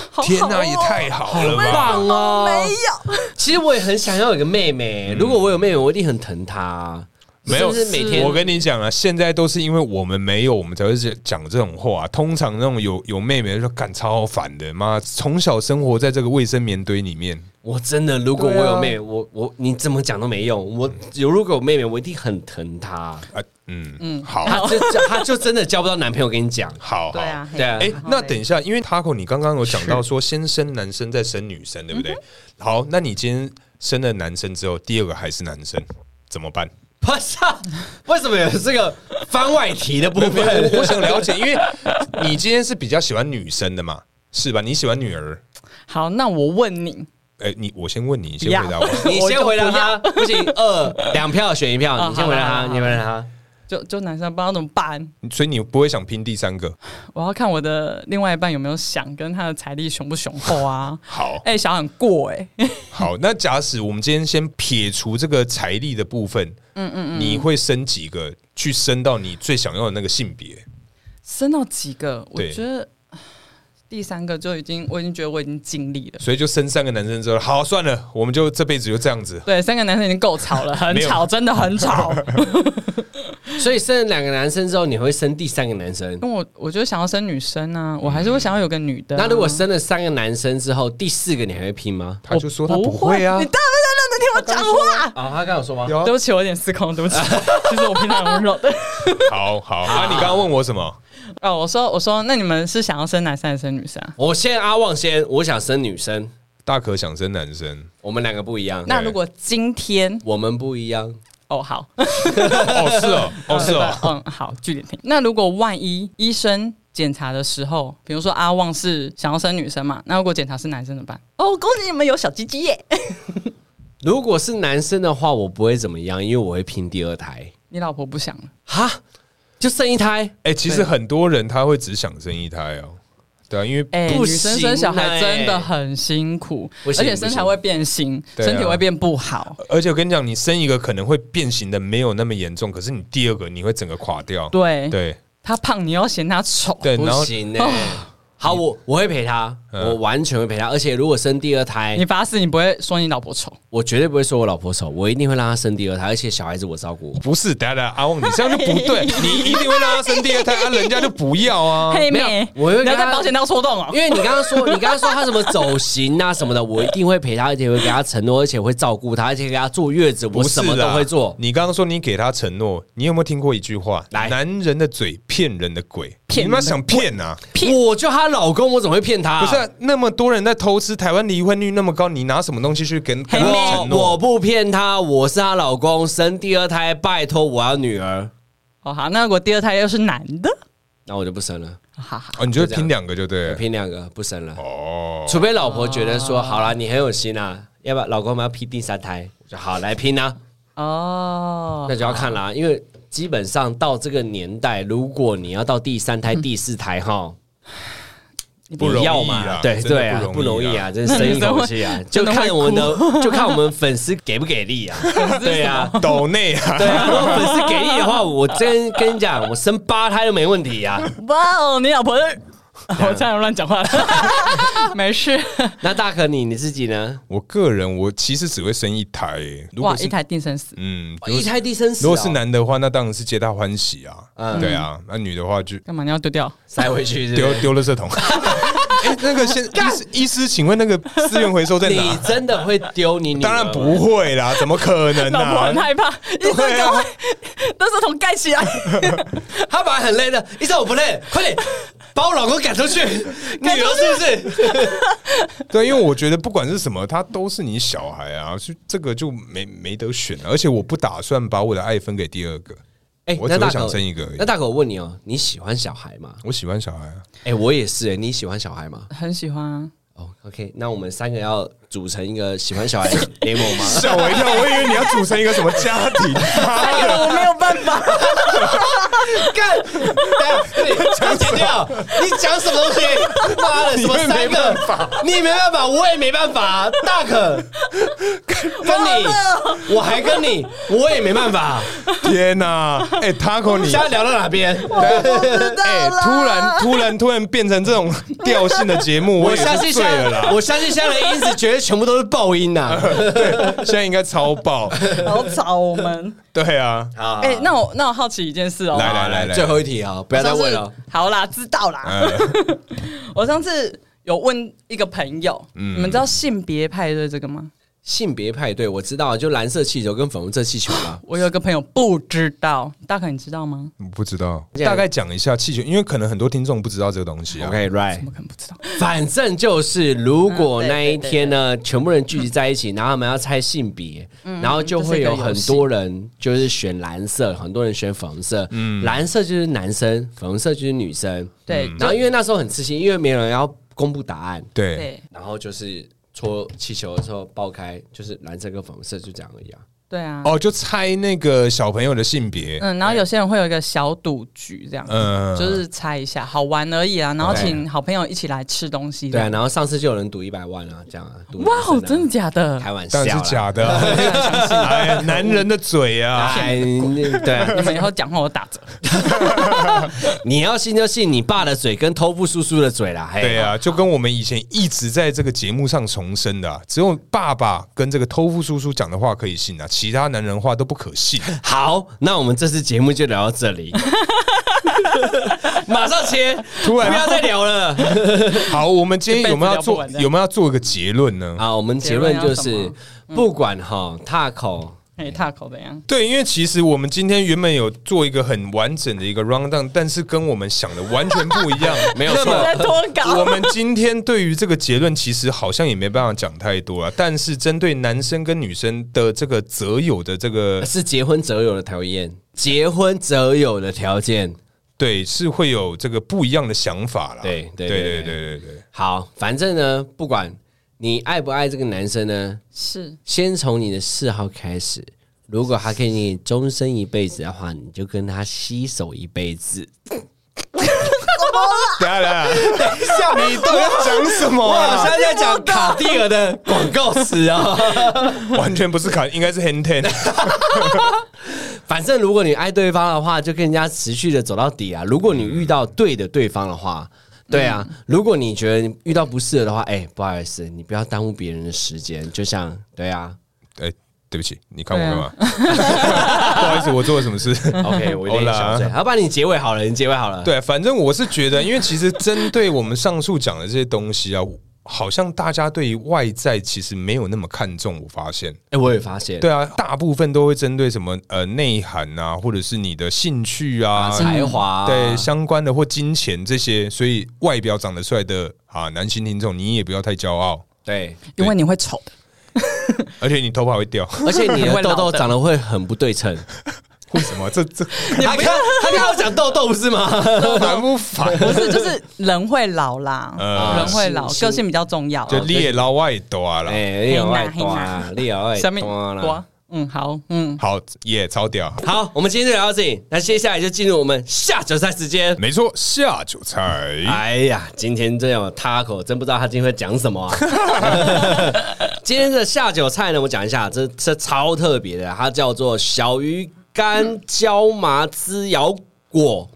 好好哦
天哪、也太好了吧！
棒哦！没有，其实我也很想要有个妹妹。如果我有妹妹，我一定很疼她。
嗯没有，
是不是每天
我跟你讲啊，现在都是因为我们没有，我们才会讲这种话、啊通常那种有有妹妹就说干超烦的，妈，从小生活在这个卫生棉堆里面，
我真的，如果我
对啊
有妹妹，我我你怎么讲都没用。我有如果有妹妹，我一定很疼她。
啊，嗯嗯，好
她就她就真的交不到男朋友。跟你讲，
好，
对啊，
对啊
哎、
好
那
嘞
等一下，因为 Taco 你刚刚有讲到说先生男生再生女生，对不对？
嗯
好，那你今天生了男生之后，第二个还是男生，怎么办？
不是、啊，为什么有这个番外题的部
没有，
分？
我我想了解，因为你今天是比较喜欢女生的嘛，是吧？你喜欢女儿？
好，那我问你，
哎、你我先问你，你先
不要
回答我。
你先回答他，不啊行，二两票选一票，
哦
你先回答
好好
他，
好
你先回答他。
就就男生不知道怎么办，
所以你不会想拼第三个？。
我要看我的另外一半有没有想跟他的财力雄不雄厚啊
好
哎、想很过哎、
好，那假使我们今天先撇除这个财力的部分，嗯嗯嗯，你会生几个去生到你最想要的那个性别？
生到几个？我
对
觉得第三个就已经，我已经觉得我已经尽力了。
所以就生三个男生之后，好算了，我们就这辈子就这样子。
对，三个男生已经够吵了，很
没有
吵，真的 很吵。
所以生了两个男生之后，你会生第三个男生。
因为我我就想要生女生啊，我还是会想要有个女的啊、
那如果生了三个男生之后，第四个你还会拼吗？
他就说他不会啊
你，大不大能听我讲话？
啊，他刚有说吗？
有啊
对不起，我有点失 控，对不起。其实我平常很温柔的。
好好。那你刚刚问我什么？
哦，我说我说，那你们是想要生男生还是生女生啊？
我先阿旺先，我想生女生，
大可想生男生
我们两个不一样，
那如果今天
我们不一样。
哦好
哦，是哦，哦是哦，
嗯好，据点听。那如果万一医生检查的时候，比如说阿旺是想要生女生嘛，那如果检查是男生怎么办？哦，恭喜你们有小鸡鸡耶！
如果是男生的话，我不会怎么样，因为我会拼第二胎。
你老婆不想了，
哈，就生一胎，
哎，其实很多人他会只想生一胎哦，对啊，因为
哎、
不
女
行
生生小
哎
孩真的很辛苦，
不
而
行
且身材会变形，
对啊
身体会变不好。
而且我跟你讲，你生一个可能会变形的没有那么严重，可是你第二个你会整个垮掉。
对，
对哦
他胖你要嫌他丑，
对，
不
然 后
行呢、好，我我会陪他，
嗯
我完全会陪她。而且如果生第二胎
你，发誓你不会说你老婆丑，
我绝对不会说我老婆丑，我一定会让她生第二胎，而且小孩子我照顾。
不是，等下等下，阿旺，你这样就不 对，你一定会让他生第二胎，啊，人家就不要啊。
黑
没
妹
有，我会
你
跟
要在
她
保险套戳洞哦
因。为你刚刚说，你刚刚说她什么走形啊什么的，我一定会陪她，而且会给她承诺，而且会照顾她，而且给她坐月子，我
不是
什么都
啦
会做。
你刚刚说你给他承诺，你有没有听过一句话？
来
男人的嘴骗人的鬼，
骗
你
人
妈
的
想 骗啊？
我就她老公，我怎么会骗她？
不是啊、那么多人在偷吃，台湾离婚率那么高，你拿什么东西去跟跟
黑妹
他承
我我
诺？
不骗她，我是她老公，生第二胎，拜托我要女儿，
哦好，那我第二胎又是男的，
那我就不生了，
哈哈，
哦，你就
就这样
拼两个就对
我
了。
拼两个不生了，
哦，
除非老婆觉得说，好啦，你很有心啊，要不然老公我们要拼第三胎，我就好来拼啊，
哦
那，就要看啦，因为基本上到这个年代，如果你要到第三胎、第四胎哈。
不容易
你要
啦
嘛，对
真的
对啊，
不
不
容
容
易
易
啦
啊，真是生一口气 啊，就
真的会
看我们的，就看我们粉丝给不给 力啊，对啊，
抖内啊，
对啊，如果粉丝给力的话，我真跟你讲，我生八胎都没问题啊。
哇哦，你老婆是，我差点乱讲话了，没事，
那大可你你自己呢？
我个人我其实只会生一台、欸如
哇
果，是
一台定生死，
嗯，如果
一胎低生死、
如果是，男的话，那当然是皆大欢喜啊。
哦嗯
对啊，那女的话就
干嘛你要丢掉？
塞回去是不是
丢丢了圾桶。 哎，那个先医师医师，请问那个资源回收在
你
哪？
真的会丢你女儿
当然
吗
不会啦，怎么 可能啊
老婆很
呢？
害怕，一直赶 快垃圾桶盖起来，
他本来很累的，医生我不累，快点把我老公赶出 去，女
啊
儿是不是？
对，因为我觉得不管是什么，他都是你小孩啊，所以这个就没没得选了。而且我不打算把我的爱分给第二个，
哎、
我只
那大
会
可
想生一个而已
那。大可我问你哦，你喜欢小孩吗？
我喜欢小孩啊，
哎、我也是哎、你喜欢小孩吗？
很喜欢啊。
哦、o k 那我们三个要组成一个喜欢 小孩的联盟吗？
吓我一跳，我以为你要组成一个什么家 庭，啊
哎呦，我没有办法，
干，讲剪掉，你讲什么东西？妈的，什么三个？你没办法，我也没办法。大可，跟你，我还跟你，我也没办法。
天哪！哎，Taco 你
现。在聊到哪边？
哎、突然突然突然变成这种调性的节目，
我
也
相
是
信
醉
现
了啦
在，。我相信现在的音质绝对全部都是爆音 呐。
现在应该超爆。
好吵我们。
对啊，
好
哎，那我那我好奇一件事哦，
来来来来，
最后一题啊，不要再
上次
问了。
好啦，知道啦。
呃，
我上次有问一个朋友，你们知道性别派对这个吗？
性别派对，我知道，就蓝色气球跟粉红色气球嘛。
我有一个朋友不知道，大可你知道吗？
我不知道，大概讲一下气球，因为可能很多听众不知道这个东西啊。
OK，right
怎。么可能不知道？
反正就是，如果
嗯对嗯
那一天呢，全部人聚集在一起，然后他们要猜性别，然后就会有很多人就是选蓝色，很多人选粉红色。蓝色就是男生，粉红色就是女生。
嗯对
然后因为那时候很刺激，因为没有人要公布答案，
对，
对
然后就是搓气球的时候爆开，就是蓝色跟粉红色，就这样而已啊。
对啊，
哦，就猜那个小朋友的性别，
嗯，然后有些人会有一个小赌局这样。
嗯，
就是猜一下，好玩而已啊。然后请好朋友一起来吃东西这
对啊，
样。
然后上次就有人赌一百万啊，这样啊。赌
嗯哇
男生
哦，
啊
真的假的？
开玩笑
当然
啦，
是假的啊。 哎呀，男人的嘴啊，
哎，对啊，
你们以后讲话我打折。
你要信就信你爸的嘴跟偷富叔叔的嘴啦，嘿
对，啊，就跟我们以前一直在这个节目上重申的啊，只有爸爸跟这个偷富叔叔讲的话可以信啊，其他男人话都不可 信。
好，那我们这次节目就聊到这里，马上切，
突然
不要再聊了。
好，我们今天有没有要
这
做
辈子聊不完的
有没有要做一个结论呢？
啊，我们结论就是，不管哈踏口，
哎，踏口怎样？
对，因为其实我们今天原本有做一个很完整的一个 round down，但是跟我们想的完全不一 样，
没有
那
错
么
在脱
我
稿。
们今天对于这个结论，其实好像也没办法讲太多啊。但是针对男生跟女生的这个择友的这个，
是结婚择友的条件，结婚择友的条件。
对，是会有这个不一样的想法啦。
对
对
对
对对
对
对对 对
好，反正呢，不管你爱不爱这个男生呢，
是
先从你的嗜好开始。如果他跟你终身一辈子的话，你就跟他携手一辈子。
等一下等一下，你到底要讲什么
我好
啊？
像在讲卡地尔的广告词啊。
完全不是卡，应该是 hand ten。
反正如果你爱对方的话，就跟人家持续的走到底啊。如果你遇到对的对方的话，对啊，如果你觉得你遇到不适合的话，哎、不好意思，你不要耽误别人的时间。就像对啊
哎、对不起，你看我干嘛？ 不好意思，我做了什么事？
，OK，我有点小醉。好，不然你结尾好了，你结尾好 了。
对，反正我是觉得，因为其实针对我们上述讲的这些东西啊，好像大家对于外在其实没有那么看重。我发现，
哎、我也发现，
对啊，大部分都会针对什么呃内涵啊，或者是你的兴趣啊、
才华、
对相关的或金钱这些，所以外表长得帅的啊，男性听众你也不要太骄傲，
对，
因为你会丑的。
而且你头发会掉，
而且你
会
的痘
老
痘
的
长得会很不对称。
为什么？这这
他刚他刚要讲痘痘不是吗？
烦 不烦？
不是，就是人会老啦，
嗯
呃
人会老，
是是
个性比较重要。
就裂老外多啊啦。
哎，你有爱
嘿呐
多啊，你有爱
下面
多啦
瓜。，嗯，好，嗯，
好，也超屌。
好，我们今天就聊到这里，那接下来就进入我们下酒菜时间。
没错，下酒菜。
哎呀，今天这样 Taco 真不知道他今天会讲什么啊！ 今天的下酒菜呢，我讲一下，这这超特别的，它叫做小鱼干椒麻滋腰果。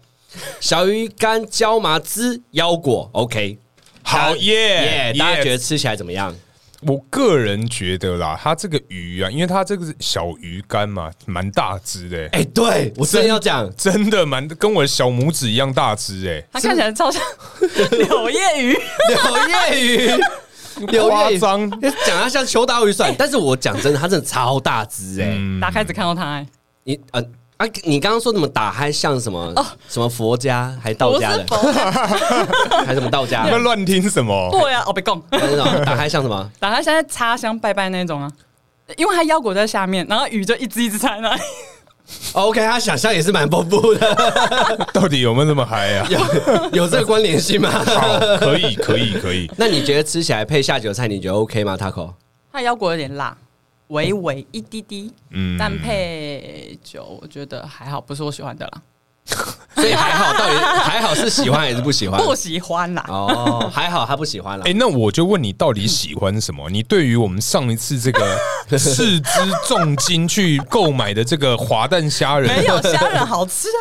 小鱼干椒麻滋腰果，OK，
好耶
耶！大家
耶
觉得吃起来怎么样？
我个人觉得啦，它这个鱼啊，因为它这个是小鱼干嘛，蛮大只的、欸，
哎、对我真的要讲，
真的蛮跟我的小拇指一样大只哎、
它看起来超像 柳叶鱼，
柳叶 鱼，柳
夸
叶鱼
张
讲它像秋刀鱼算，但是我讲真的，它真的超大只哎、
嗯
打开只看到它，哎
你呃啊，你刚刚说怎么打嗨像什么、什么佛家还道
不
家
哦是
的，
佛家，
还什么道家
你们乱听什么？
对啊，哦，别讲，
那种打嗨像什么？
打开现在插香拜拜那种啊。因为它腰果在下面，然后鱼就一只一只在 那里，
OK，他想象也是蛮丰富 的，
到底有没有那么嗨啊？
有有这个关联性吗？
好，可以，可以，可以。
那你觉得吃起来配下酒菜，你觉得 OK 吗，Taco？
它腰果有点辣，微微一滴滴，
嗯
但配酒我觉得还好，不是我喜欢的啦，
所以还好，到底 还好是喜欢还是不喜欢？
不喜欢啦。
哦，还好他不喜欢了
哎、。那我就问你，到底喜欢什么？你对于我们上一次这个斥资重金去购买的这个滑蛋虾仁，
没有虾仁好吃啊，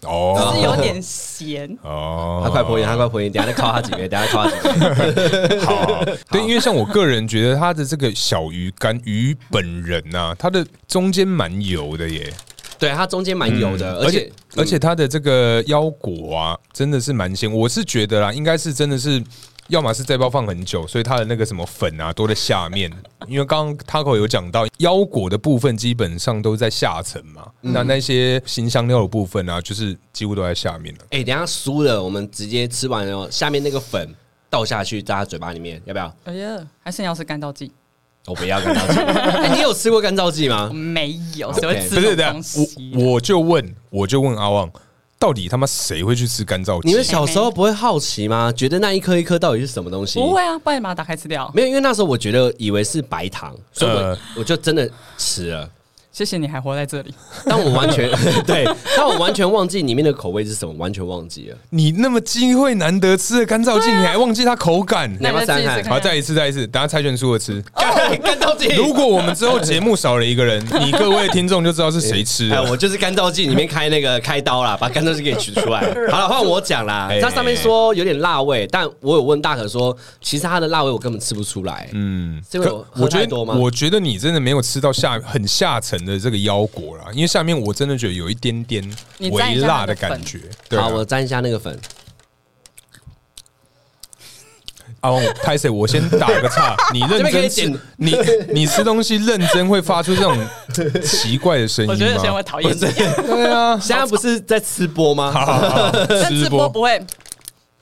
只
哦
是有点咸。
哦，
他快破音，他快破音，等一下再靠他几杯，等一下再靠他 几杯。
好，啊对，因为像我个人觉得它的这个小鱼干鱼本人呐、它的中间蛮油的耶，嗯
对，它中间蛮油嗯的，而且嗯
而且它的这个腰果啊，真的是蛮鲜。我是觉得啦，应该是真的是。要么是在包放很久，所以它的那个什么粉啊都在 下面。因为刚刚 Taco 有讲到腰果的部分基本上都在下层嘛，
嗯
那那些新香料的部分啊，就是几乎都在下面了。
哎、等一下酥了，我们直接吃完了哦，下面那个粉倒下去在他嘴巴里面，要不要？
哎呀，还是你要吃干燥剂？
我不要干 燥剂。哎、你有吃过干燥剂吗
我？没有，
OK
谁会吃
不是
这
的
种东，
啊
西？
我我就问，我就问阿旺，到底他妈谁会去吃干燥鸡？啊
你们小时候不会好奇吗？觉得那一颗一颗到底是什么东西？
不会啊，不然你把它打开吃掉。
没有，因为那时候我觉得以为是白糖，所以我、
呃
我就真的吃了，
谢谢你还活在这里。
但我完 全对，但我完全忘记里面的口味是什么，完全忘记了。
你那么机会难得吃的干燥剂，你还忘记它口感？
那
那
要不要
你再
试
试
一
一
试
试
看
好，
看
再一次，再一次，等下猜拳输我吃。
哦
干干燥剂，
如果我们之后节目少了一个人，你各位听众就知道是谁吃
哎，
了。
我就是干燥剂里面开那个开刀啦，把干燥剂给取出来。好了，换我讲啦
哎。
它上面说有点辣味，但我有问大可说，其实它的辣味我根本吃不出来。嗯，是因为我
可
喝
我觉
太
得，
多吗？
我觉得你真的没有吃到下很下层的这个腰果啦，因为下面我真的觉得有一点点
你蘸
微
一下
辣
那个
感
粉
觉。对啊
好，，我沾一下那个粉。
阿旺，拍谁？我先打个岔，你认
这边可以
真
剪
吃，你你吃东西认真会发出这种奇怪的声音
我觉得有些人
吗
会？讨厌你，
对 啊，
现在不是在吃播吗？
好好 好
但
吃
直播
播。
不会，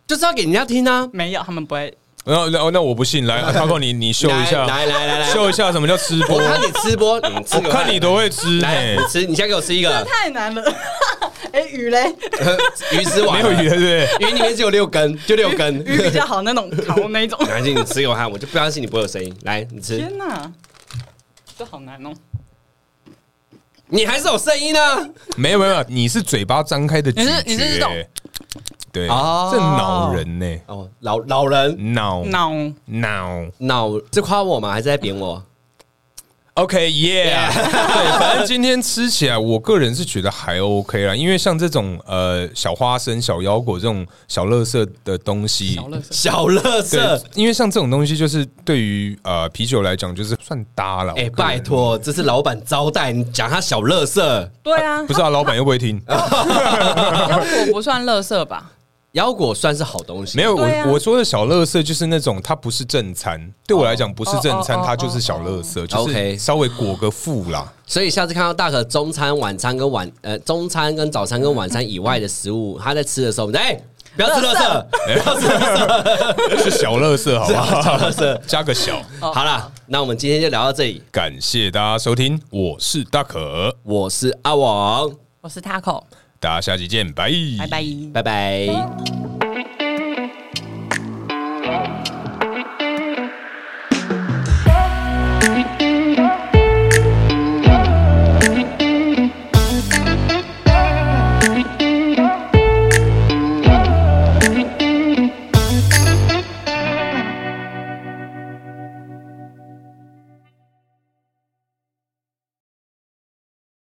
就是要给人家听啊。
没有，他们不会。
然后，然后那我不信，来，啊涛哥，你你秀一下，
来来来来来，
秀一下什么叫吃播
我？看你吃播，你吃
我
个
看你都会吃
来，
哎，
你吃，你先给我吃 一个呃
太难了。哎，鱼嘞，
鱼吃
没
完
有
了，
鱼对不对？
鱼里面只有六根，就六根。。
鱼比较好那种烤那种
南京，你吃给我看，我就不相信你不会有声音。来，你吃，
天哪，这好难哦！
你还是有声音啊呢。
没有没有，你是嘴巴张开的咀嚼，
你是你是这种
对，
哦
这恼人呢，
哦，老老人嗯
恼
脑
恼
脑是夸我吗？还是在贬我？
OK，Yeah，、对， 反正今天吃起来，我个人是觉得还 OK 啦，因为像这种呃小花生、小腰果这种小乐色的东西，
小乐色。
小乐
对
色，，
因为像这种东西，就是对于呃啤酒来讲，就是算搭
哎、
了。我个人
拜，托，这是老板招待，你讲他小乐色，
对啊，
不知道老板又不会听。
腰果不算垃圾吧？
腰果算是好东西，
没有，我
对啊
我说的小乐色就是那种它不是正餐，对我来讲不是正
哦
餐
哦，哦
它就是小乐色，就
OK
是稍微裹个腹啦。
所以下次看到大可中餐、晚餐跟晚呃中餐跟早餐跟晚餐以外的食物，他在吃的时候，我们哎、不要吃垃圾，不要吃垃圾。
哎是啊小乐色，好不好？加个小。
好啦，那我们今天就聊到这里。
感谢大家收听，我是大可，
我是阿王，
我是 Taco，
大家下期见，
拜拜。
拜拜。嗯
Thank